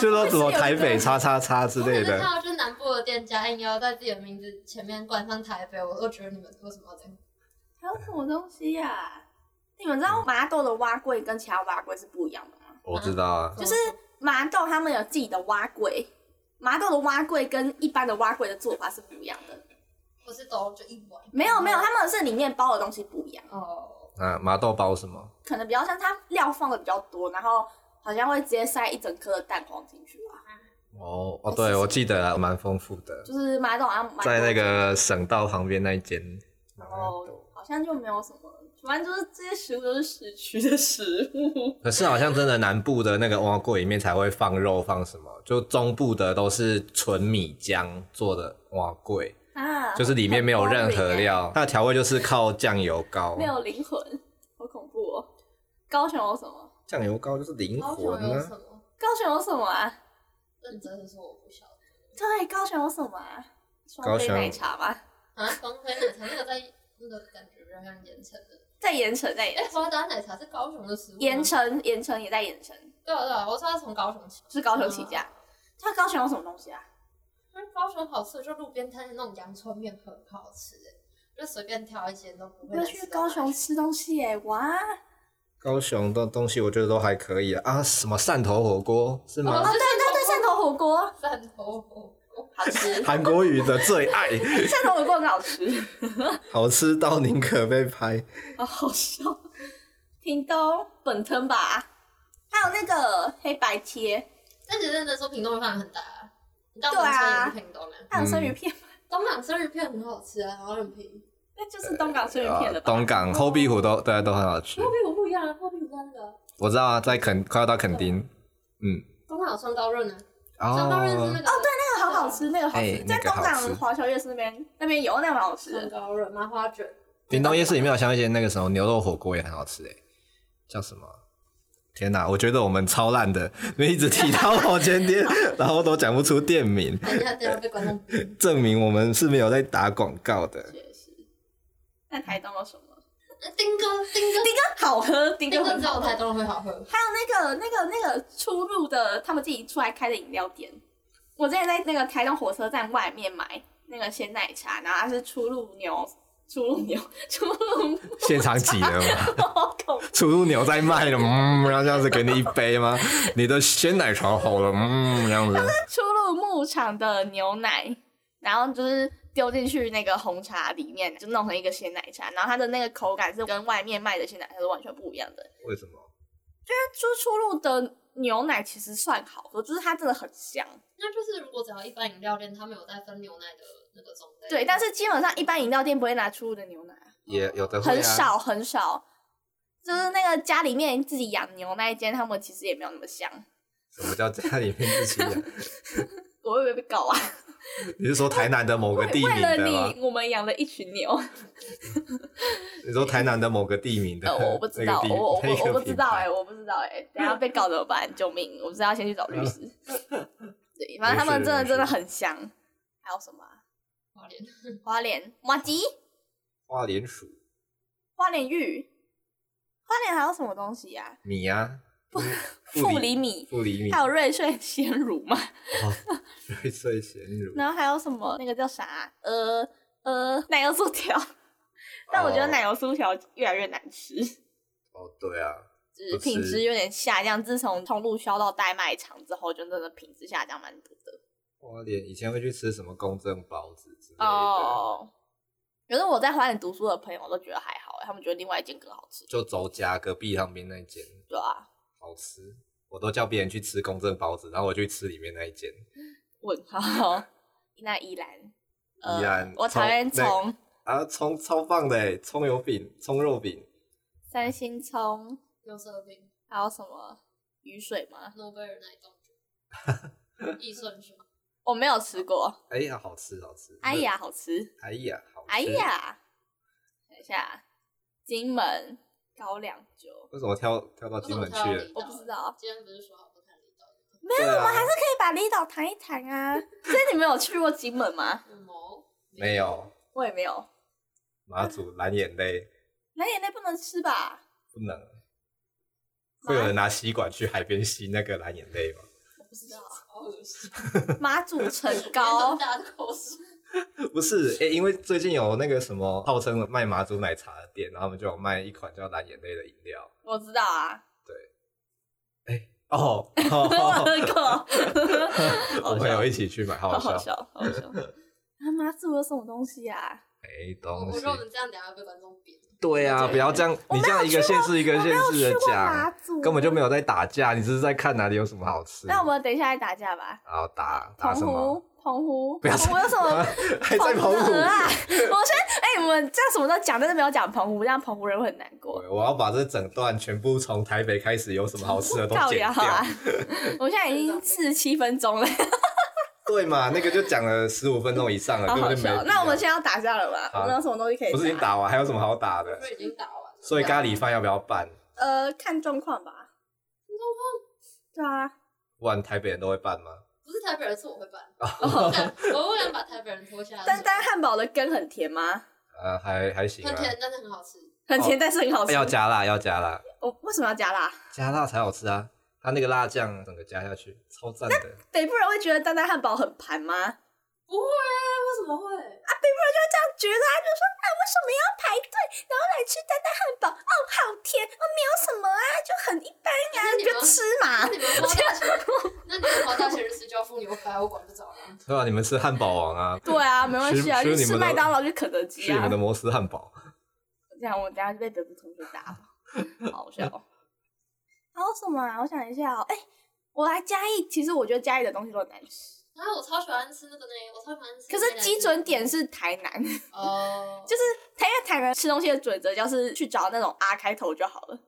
Speaker 4: 就说什么
Speaker 1: 我也是
Speaker 4: 台
Speaker 1: 有一
Speaker 4: 北
Speaker 1: 个
Speaker 4: 叉叉叉之
Speaker 2: 我每
Speaker 4: 类
Speaker 2: 次看
Speaker 4: 的。
Speaker 2: 到就是南部的店家硬要在自己的名字前面冠上台北，我都觉得你们为什么要这样？
Speaker 1: 还有什么东西呀、你们知道麻豆的蛙柜跟其他蛙柜是不一样的吗？
Speaker 4: 我知道啊，
Speaker 1: 就是麻豆他们有自己的蛙柜，麻豆的蛙柜跟一般的蛙柜的做法是不一样的。
Speaker 2: 不是都就一碗？
Speaker 1: 没有没有，他们是里面包的东西不一样，
Speaker 2: 哦，
Speaker 4: 那麻豆包什么？
Speaker 1: 可能比较像它料放的比较多，然后好像会直接塞一整颗的蛋黄进去吧。
Speaker 4: 哦哦，对，我记得啊，蛮丰富的，
Speaker 1: 就是麻豆好像蛮多
Speaker 4: 在那
Speaker 1: 种
Speaker 4: 个省道旁边那一间。
Speaker 1: 然后哦好像就没有什么，反正就是这些食物都是市区的食物。
Speaker 4: 可是好像真的南部的那个蛙柜里面才会放肉放什么，就中部的都是纯米浆做的蛙柜，
Speaker 1: 啊，
Speaker 4: 就是里面没有任何
Speaker 1: 很 boring 欸
Speaker 4: 料，它的调味就是靠酱油膏。
Speaker 1: 没有灵魂，好恐怖哦！高雄有什么？
Speaker 4: 酱油膏就是灵
Speaker 2: 高雄
Speaker 4: 魂
Speaker 2: 有
Speaker 4: 啊
Speaker 2: 什。么？
Speaker 1: 高雄有什么啊？
Speaker 2: 认真的说我不晓得
Speaker 1: 对，高雄有什么啊？双
Speaker 4: 高
Speaker 1: 杯
Speaker 4: 雄
Speaker 1: 奶茶吧，
Speaker 2: 啊，双飞奶茶那个在那个感觉比较像盐城的。
Speaker 1: 在盐城，在
Speaker 2: 哎、
Speaker 1: 盐
Speaker 2: 花达奶茶是高雄的食物吗。
Speaker 1: 盐城，盐城也在盐城，
Speaker 2: 对啊对啊，我说它从高雄起，
Speaker 1: 是高雄起家。它高雄有什么东西啊？
Speaker 2: 因为高雄好吃，就路边摊的那种洋葱面很好吃、哎就随便挑一间都不会
Speaker 1: 要
Speaker 2: 难
Speaker 1: 去
Speaker 2: 吃到哪里。啊
Speaker 1: 高 雄吃东西耶、哇！
Speaker 4: 高雄的东西我觉得都还可以啊，啊什么汕头火锅是
Speaker 2: 哦
Speaker 4: 吗？
Speaker 1: 哦，对对对，汕头火锅
Speaker 2: 汕头火锅，
Speaker 1: 好 吃，
Speaker 4: 韩国语的最爱，
Speaker 1: 汕头火锅很好吃，
Speaker 4: 好吃到宁可被拍。
Speaker 1: 好 好笑。屏东本坑吧，还有那个黑白贴，
Speaker 2: 但其实认真说，屏东的饭很大、啊，你到
Speaker 1: 对
Speaker 2: 屏
Speaker 1: 啊
Speaker 2: 东也是屏东的、
Speaker 1: 还有生鱼片，
Speaker 4: 嗯
Speaker 2: 东港生鱼片很好吃啊，然后很便宜。
Speaker 1: 那就是东港生鱼
Speaker 4: 啊
Speaker 1: 片了吧？
Speaker 4: 东港、后壁湖都对啊都很好吃
Speaker 2: 后，壁湖不一样啊，后壁湖在那个
Speaker 4: 我知道啊，在垦快要到垦丁，嗯，
Speaker 2: 东港有双刀润啊，双刀润是那
Speaker 4: 哦，
Speaker 2: 个哦对，
Speaker 1: 那个好好吃，那个好吃，
Speaker 4: 哎
Speaker 1: 在
Speaker 4: 那个
Speaker 1: 东
Speaker 4: 好吃嗯
Speaker 1: 港华侨夜市那边那边有，那个蛮好吃
Speaker 2: 双
Speaker 1: 的。
Speaker 2: 刀润麻花卷，
Speaker 4: 屏东夜市里面好像一些那个什么牛肉火锅也很好吃诶，叫什么？天哪，我觉得我们超烂的，因为一直提到某间店， 然后都讲不出店名，
Speaker 2: 等一下等一下被观众逼。
Speaker 4: 证明我们是没有在打广告的。
Speaker 1: 确实。那台东有什么？
Speaker 2: 那丁哥丁哥
Speaker 1: 丁哥好喝，丁
Speaker 2: 丁
Speaker 1: 哥
Speaker 2: 哥
Speaker 1: 很
Speaker 2: 只有
Speaker 1: 好喝。
Speaker 2: 台东人会好喝，
Speaker 1: 还有那个那个那个出入的，他们自己出来开的饮料店，我之前在那个台东火车站外面买那个鲜奶茶，然后它是出入牛，出入牛，出入
Speaker 4: 现场挤的嘛，
Speaker 1: 猫狗，
Speaker 4: 出入牛在卖的，嗯，然后这样子给你一杯吗？ 你的鲜奶茶好了，嗯，这样子。
Speaker 1: 出入牧场的牛奶，然后就是丢进去那个红茶里面，就弄成一个鲜奶茶，然后它的那个口感是跟外面卖的鲜奶茶是完全不一样的。
Speaker 4: 为什么？
Speaker 1: 就是出入的牛奶其实算好喝，就是它真的很香。
Speaker 2: 那就是如果只要一般饮料店，他们有在分牛奶的那个种类。
Speaker 1: 对，但是基本上一般饮料店不会拿出入的牛奶，
Speaker 4: 也有的会、啊、
Speaker 1: 很少很少。就是那个家里面自己养牛那一间，他们其实也没有那么香。
Speaker 4: 什么叫家里面自己 养？
Speaker 1: 我会不会被告啊？
Speaker 4: 你是说台南的某个地
Speaker 1: 为
Speaker 4: 名
Speaker 1: 了
Speaker 4: 的吗？
Speaker 1: 你，我们养了一群牛。
Speaker 4: 你说台南的某个地名 的？
Speaker 1: 呃，我不知道，
Speaker 4: 那
Speaker 1: 我
Speaker 4: 个地
Speaker 1: 我
Speaker 4: 那
Speaker 1: 我
Speaker 4: 个
Speaker 1: 我不
Speaker 4: 品
Speaker 1: 知道
Speaker 4: 牌
Speaker 1: 哎、我不知道哎、等下被告怎么办？ 救命！我不知道，先去找律师。 对，反正他们真的
Speaker 4: 没事
Speaker 1: 真的很香。还有什么啊、
Speaker 2: 花莲
Speaker 1: 花莲马吉。
Speaker 4: 花莲薯
Speaker 1: 花莲玉，花莲还有什么东西呀、
Speaker 4: 米 啊，
Speaker 1: 富里米，
Speaker 4: 富里米，
Speaker 1: 还有瑞穗鲜乳嘛，
Speaker 4: 哦瑞穗咸乳。
Speaker 1: 然后还有什么那个叫啥啊、呃呃，奶油酥条。但我觉得奶油酥条越来越难吃，
Speaker 4: 哦哦对啊，
Speaker 1: 就是
Speaker 4: 不吃
Speaker 1: 品质有点下降。自从通路销到代卖场之后，就真的品质下降蛮多的。
Speaker 4: 花莲以前会去吃什么公正包子之类的，
Speaker 1: 哦，可是我在花莲读书的朋友都觉得还好，欸他们觉得另外一间更好吃。
Speaker 4: 就周家隔壁旁边那间
Speaker 1: 对啊，
Speaker 4: 好吃，我都叫别人去吃公正包子，然后我去吃里面那一间。
Speaker 1: 问号。 那宜兰，
Speaker 4: 宜
Speaker 1: 呃
Speaker 4: 兰，
Speaker 1: 我讨厌
Speaker 4: 从那
Speaker 1: 从
Speaker 4: 啊，葱超棒的欸，葱油饼、葱肉饼，
Speaker 1: 三星葱。
Speaker 2: 有色饼、
Speaker 1: 还有什么雨水吗？
Speaker 2: 诺贝尔奶冻 卷、益顺是吗？
Speaker 1: 我没有吃过。
Speaker 4: 哎呀，好吃好吃！
Speaker 1: 哎，呀，好吃！
Speaker 4: 哎呀，好吃！
Speaker 1: 哎，呀，等一下，金门高粱酒，
Speaker 4: 为什么跳跳到金门去了？
Speaker 1: 我不知道，嗯
Speaker 2: 今天不是说好不谈离岛？
Speaker 4: 没有，我们还是
Speaker 1: 可以把离岛谈一谈 啊。所以你们有去过金门吗？
Speaker 2: 什么？
Speaker 4: 没有
Speaker 1: 我也没有。
Speaker 4: 马祖蓝眼泪，
Speaker 1: 蓝眼泪不能吃吧？
Speaker 4: 不能会有人拿吸管去海边吸那个蓝眼泪吗？
Speaker 2: 我不知道，好恶 心，，
Speaker 1: 马祖城高
Speaker 2: 大家的口水。
Speaker 5: 不是，哎、因为最近有那个什么号称卖麻祖奶茶的店，然后他们就有卖一款叫蓝眼泪的饮料。
Speaker 1: 我知道 啊，
Speaker 5: 哦，
Speaker 1: 我
Speaker 5: 哦
Speaker 1: 喝过，
Speaker 5: 我朋友一起去买，
Speaker 1: 好
Speaker 5: 好
Speaker 1: 好笑，
Speaker 5: 笑，
Speaker 1: 好好笑。他妈做了什么东西啊？
Speaker 5: 没
Speaker 2: 我
Speaker 5: 东
Speaker 2: 觉
Speaker 5: 西
Speaker 2: 得。我们这样等下被观众扁。
Speaker 5: 对啊，不要这样，
Speaker 1: 我
Speaker 5: 你
Speaker 1: 没
Speaker 5: 这
Speaker 1: 有
Speaker 5: 样一个县市一个县市的讲，
Speaker 1: 祖
Speaker 5: 啊根本就没有在打架，你只是在看哪里有什么好吃。
Speaker 1: 那我们等一下来打架吧。
Speaker 5: 然后打打
Speaker 1: 澎
Speaker 5: 什么？
Speaker 1: 湖，澎湖，
Speaker 5: 不要
Speaker 1: 澎湖有什么？
Speaker 5: 还在澎湖
Speaker 1: 的？鹅啊！我先哎、我们这样什么都讲，但是没有讲澎湖，让澎湖人会很难过。
Speaker 5: 我要把这整段全部从台北开始有什么好吃的 都
Speaker 1: 靠
Speaker 5: 剪
Speaker 1: 呀
Speaker 5: 掉，
Speaker 1: 好啊！我现在已经四十七分钟了，
Speaker 5: 对嘛？那个就讲了十五分钟以上了，
Speaker 1: 好
Speaker 5: 根
Speaker 1: 好
Speaker 5: 本就没必
Speaker 1: 笑。
Speaker 5: 要。
Speaker 1: 那我们现在要打架了吧？
Speaker 5: 好
Speaker 1: 我们有什么东西可以？
Speaker 5: 不是已经？打完，还有什么好打的
Speaker 2: 不？
Speaker 1: 啊
Speaker 2: 是已经打完了？
Speaker 5: 所以咖喱饭要不要办？
Speaker 1: 呃，看状况吧。啊状况？
Speaker 5: 不然台北人都会办吗？
Speaker 2: 不是台北人，是我会办。我
Speaker 5: 哦
Speaker 2: 不敢，我不敢把台北人拖下
Speaker 1: 对啊，
Speaker 2: 来。
Speaker 1: 但但汉堡的根很甜吗？
Speaker 5: 呃，还还行啊
Speaker 2: 很。甜，但是很好吃。
Speaker 1: 很甜，但是很好吃。
Speaker 5: 要加辣，要加辣，
Speaker 1: 我为什么要加辣？
Speaker 5: 加辣才好吃啊！它那个辣酱整个加下去，超赞的。
Speaker 1: 北部人会觉得丹丹汉堡很盘吗？他
Speaker 2: 不会啊，为什么会？
Speaker 1: 觉得他就说啊，为什么要排队，然后来吃丹丹汉堡？哦，好甜，哦，没有什么啊，就很一般啊，
Speaker 2: 那
Speaker 1: 你
Speaker 2: 你
Speaker 1: 就
Speaker 2: 们
Speaker 1: 吃
Speaker 2: 那
Speaker 1: 嘛。
Speaker 2: 你们花大钱，那你们花大钱日子就要付牛排，我管不着啊。
Speaker 5: 对啊，你们吃汉堡王 啊，
Speaker 1: 对啊，没关系啊，
Speaker 5: 吃
Speaker 1: 就
Speaker 5: 吃你
Speaker 1: 吃
Speaker 5: 们的
Speaker 1: 麦当劳，去肯德基
Speaker 5: 吃你
Speaker 1: 啊
Speaker 5: 们的。摩斯汉堡。
Speaker 1: 这样我等下就被德国同学打 了，好好笑。还有什么啊？我想一下哦，哎、我来嘉义，其实我觉得嘉义的东西都很难吃，
Speaker 2: 然啊后我超喜欢吃那个呢，我超喜欢吃。
Speaker 1: 可是基准点是台南，
Speaker 2: 哦，
Speaker 1: 就是台因为台南吃东西的准则就是去找那种 R 开头就好了，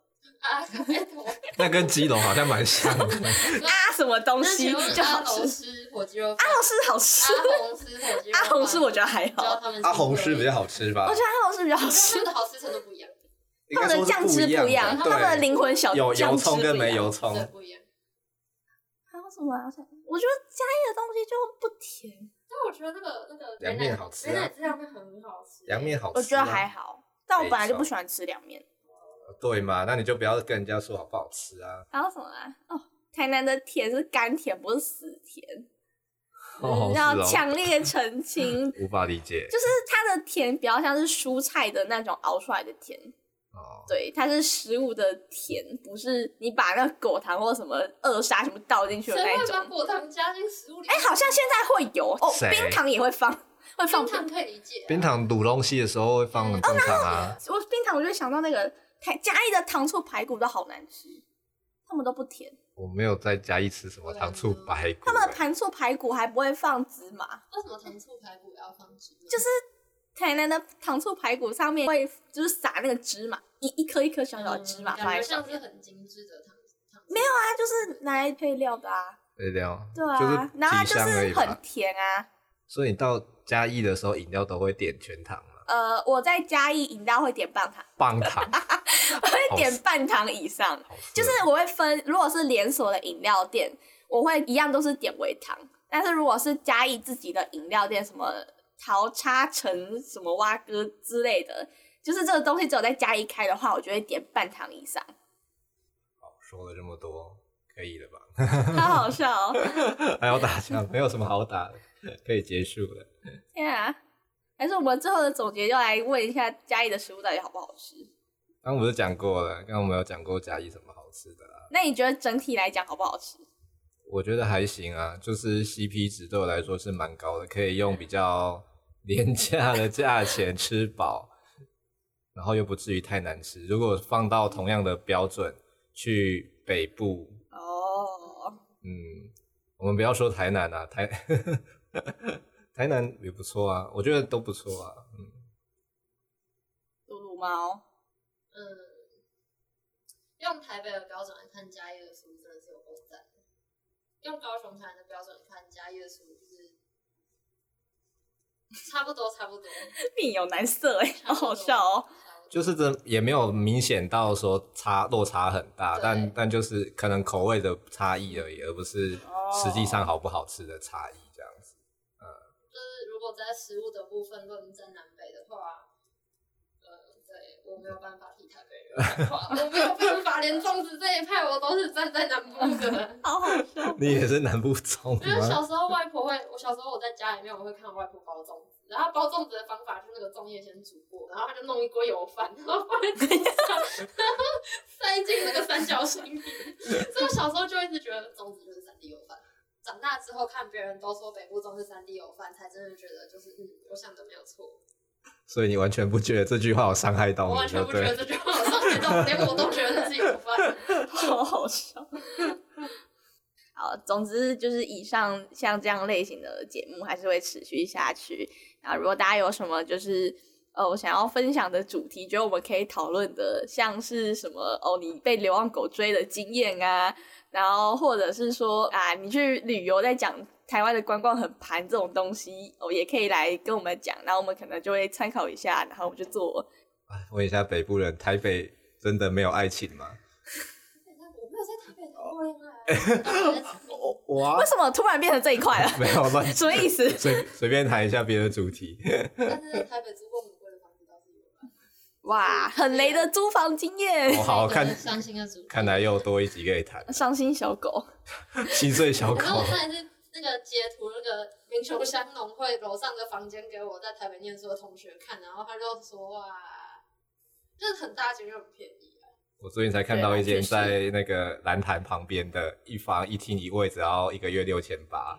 Speaker 2: 啊，开头。
Speaker 5: 那跟基隆好像蛮像的，
Speaker 1: 啊什么 东
Speaker 2: 那
Speaker 1: 西
Speaker 2: 请问
Speaker 1: 就好
Speaker 2: 阿
Speaker 1: 吃
Speaker 2: 龙。吃火鸡肉饭
Speaker 1: 阿，龙是好吃，
Speaker 2: 阿红吃火鸡肉饭，
Speaker 1: 阿红是我觉得还
Speaker 2: 知道
Speaker 1: 好，
Speaker 2: 他们
Speaker 5: 阿红是比较好吃吧
Speaker 1: 我觉？得阿龙是比较好
Speaker 2: 好吃，
Speaker 1: 吃
Speaker 2: 他们，的好吃程度不一样，
Speaker 5: 应
Speaker 1: 他
Speaker 5: 该
Speaker 1: 们的
Speaker 5: 说是
Speaker 1: 酱汁
Speaker 5: 不
Speaker 1: 不一样，他们的
Speaker 5: 对
Speaker 1: 灵魂小
Speaker 5: 有
Speaker 1: 酱
Speaker 5: 油
Speaker 1: 汁不
Speaker 5: 葱
Speaker 1: 一
Speaker 5: 跟
Speaker 1: 样
Speaker 5: 没油
Speaker 2: 对，
Speaker 5: 葱。
Speaker 2: 不一样。
Speaker 1: 还有什么啊？我想我觉得嘉义的东西就不甜，
Speaker 2: 但我觉觉得那个那个
Speaker 5: 凉面好吃啊
Speaker 2: 美乃滋凉面很好吃，
Speaker 5: 凉面好吃吗，
Speaker 1: 我觉得还好，但我本来就不
Speaker 5: 没错
Speaker 1: 喜欢吃凉面。
Speaker 5: 对嘛？那你就不要跟人家说好不好吃啊。
Speaker 1: 还有什么啊？哦，台南的甜是甘甜，不是死甜，
Speaker 5: 哦，
Speaker 1: 要
Speaker 5: 是哦，。
Speaker 1: 强烈澄清
Speaker 5: 无法理解
Speaker 1: 就是它的甜比较像是蔬菜的那种熬出来的甜，
Speaker 5: 哦。
Speaker 1: 对，它是食物的甜，不是你把那个果糖或什么二砂什么倒进去
Speaker 2: 谁
Speaker 1: 的那一
Speaker 2: 会把
Speaker 1: 种。
Speaker 2: 果糖加进食物里？
Speaker 1: 哎、好像现在会有哦，
Speaker 5: 谁
Speaker 1: 冰糖也会放，会放
Speaker 2: 冰糖可以理解啊，
Speaker 5: 冰糖卤东西的时候会放很正常啊，
Speaker 1: 我冰糖，我就想到那个台嘉义的糖醋排骨都好难吃，他们都不甜，
Speaker 5: 我没有在嘉义吃什么糖醋排骨欸，
Speaker 1: 他们的糖醋排骨还不会放芝麻，
Speaker 2: 为什么糖醋排骨要放芝麻？
Speaker 1: 就是台南的糖醋排骨上面会就是撒那个芝麻，一一颗一颗小小的芝麻
Speaker 2: 嗯
Speaker 1: 放
Speaker 2: 感
Speaker 1: 在
Speaker 2: 觉
Speaker 1: 上
Speaker 2: 像是
Speaker 1: 面。
Speaker 2: 很精致的糖糖。
Speaker 1: 没有啊，就是拿来配料的啊。
Speaker 5: 对的哦，
Speaker 1: 对
Speaker 5: 就
Speaker 1: 啊，然后它
Speaker 5: 是提
Speaker 1: 就
Speaker 5: 香而
Speaker 1: 是
Speaker 5: 已吧
Speaker 1: 很甜啊。
Speaker 5: 所以你到嘉义的时候，饮料都会点全糖嘛，
Speaker 1: 呃，我在嘉义饮料会点半糖，
Speaker 5: 棒糖，
Speaker 1: 我会点半糖以上，
Speaker 5: 好吃
Speaker 1: 就是我会分，如果是连锁的饮料店，我会一样都是点微糖，但是如果是嘉义自己的饮料店，什么桃叉城、什么蛙哥之类的，就是这个东西只有在嘉义开的话，我就会点半糖以上。
Speaker 5: 好说了这么多，可以了吧？
Speaker 1: 好好笑哦！
Speaker 5: 还要打架，没有什么好打的，可以结束了。
Speaker 1: 天啊！还是我们最后的总结，就来问一下嘉义的食物到底好不好吃？
Speaker 5: 刚刚不是讲过了，刚刚我们有讲过嘉义什么好吃的啦，
Speaker 1: 那你觉得整体来讲好不好吃？
Speaker 5: 我觉得还行啊，就是 CP 值对我来说是蛮高的，可以用比较廉价的价钱吃饱，然后又不至于太难吃。如果放到同样的标准去北部
Speaker 1: 哦，
Speaker 5: 嗯，我们不要说台南啊，台 台南也不错啊，我觉得都不错啊。嗯，
Speaker 1: 嘟噜猫，
Speaker 2: 嗯，用台北的标准来看嘉义的书真的是有够赞的，用高雄、台南的标准来看嘉义的书就是 差不多，差不多，
Speaker 1: 面有难色哎、好
Speaker 2: 差不多
Speaker 1: 好笑哦！。
Speaker 5: 就是这也没有明显到说差落差很大，
Speaker 2: 对
Speaker 5: 但但就是可能口味的差异而已，而不是实际上好不好吃的差异这样子。
Speaker 2: 就是如果在食物的部分论战南 北的话，呃，对我没有办法替台北人讲话，我没有办法法，连粽子这一派我都是站在南部的。
Speaker 1: 好好笑。哦
Speaker 5: 你也是南部中
Speaker 2: 因为
Speaker 5: 吗？
Speaker 2: 小时候外婆会，我小时候我在家里面我会看外婆包粽子，然后包粽子的方法就是那个粽叶先煮过，然后她就弄一锅油饭，然后放在桌上，然后塞进那个三角形里。所以我小时候就一直觉得粽子就是三 D 油饭。长大之后看别人都说北部粽是三 D 油饭，才真的觉得就是嗯，我想的没有错。
Speaker 5: 所以你完全不觉得这句话有伤害到
Speaker 2: 我完
Speaker 5: 你，
Speaker 2: 全
Speaker 5: 对
Speaker 2: 不
Speaker 5: 不
Speaker 2: 觉得
Speaker 5: 对？
Speaker 2: 这句话有上学到，连我都觉得那是有饭。
Speaker 1: 好好笑。 好，总之就是以上像这样类型的节目还是会持续下去。啊，如果大家有什么就是呃我想要分享的主题，觉得我们可以讨论的，像是什么哦你被流浪狗追的经验啊，然后或者是说啊你去旅游在讲台湾的观光很盘这种东西，哦也可以来跟我们讲，然后我们可能就会参考一下，然后我们就做
Speaker 5: 问一下北部人，台北真的没有爱情吗？
Speaker 2: 我没有在台北谈过恋爱啊，
Speaker 6: 哇
Speaker 1: 为，什么突然变成这一块了？
Speaker 5: 没有乱
Speaker 1: 什么意思？
Speaker 5: 随 随便谈一下别的主题。
Speaker 2: 但是在台北租过很贵的房子倒是有吧。
Speaker 1: 哇，很雷的租房经
Speaker 5: 哦
Speaker 1: 验，。
Speaker 5: 好看
Speaker 2: 伤心的啊主题
Speaker 5: 看来又多一集可以谈
Speaker 1: 伤心小狗，
Speaker 5: 心碎小
Speaker 2: 然后
Speaker 5: 狗
Speaker 2: 我，上一次那个截图，那个民雄乡农会楼上的房间给我在台北念书的同学看，然后他就说哇，就是很大间又很便宜啊。
Speaker 5: 我最近才看到一
Speaker 1: 对
Speaker 5: 间
Speaker 1: 确实
Speaker 5: 在那个蓝潭旁边的一房一厅一卫，只要一个月六千八，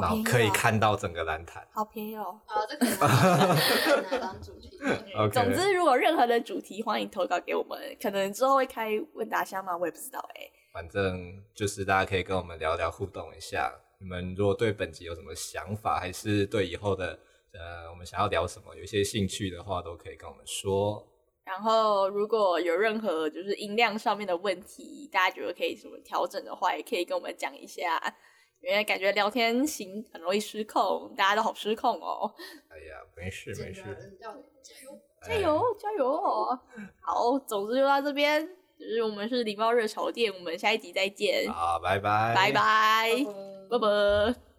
Speaker 5: 然后可以
Speaker 2: 哦
Speaker 5: 看到整个蓝潭。
Speaker 1: 哦好便宜哦。
Speaker 2: 啊，这个 我们拿来当主题。
Speaker 5: OK，
Speaker 1: 总之，如果任何的主题，欢迎投稿给我们。可能之后会开问答箱吗？我也不知道哎、
Speaker 5: 反正就是大家可以跟我们聊聊，互动一下。你们如果对本集有什么想法，还是对以后的呃我们想要聊什么有一些兴趣的话，都可以跟我们说。
Speaker 1: 然后，如果有任何就是音量上面的问题，大家觉得可以什么调整的话，也可以跟我们讲一下。因为感觉聊天型很容易失控，大家都好失控哦。
Speaker 5: 哎呀，没事哎没
Speaker 2: 真
Speaker 5: 事，
Speaker 2: 的要加油！
Speaker 1: 加油，加油哦！好，总之就到这边，就是我们是礼貌热潮店，我们下一集再见
Speaker 5: 哎！，好，拜拜，
Speaker 1: 拜拜，
Speaker 2: 拜拜
Speaker 1: 拜拜。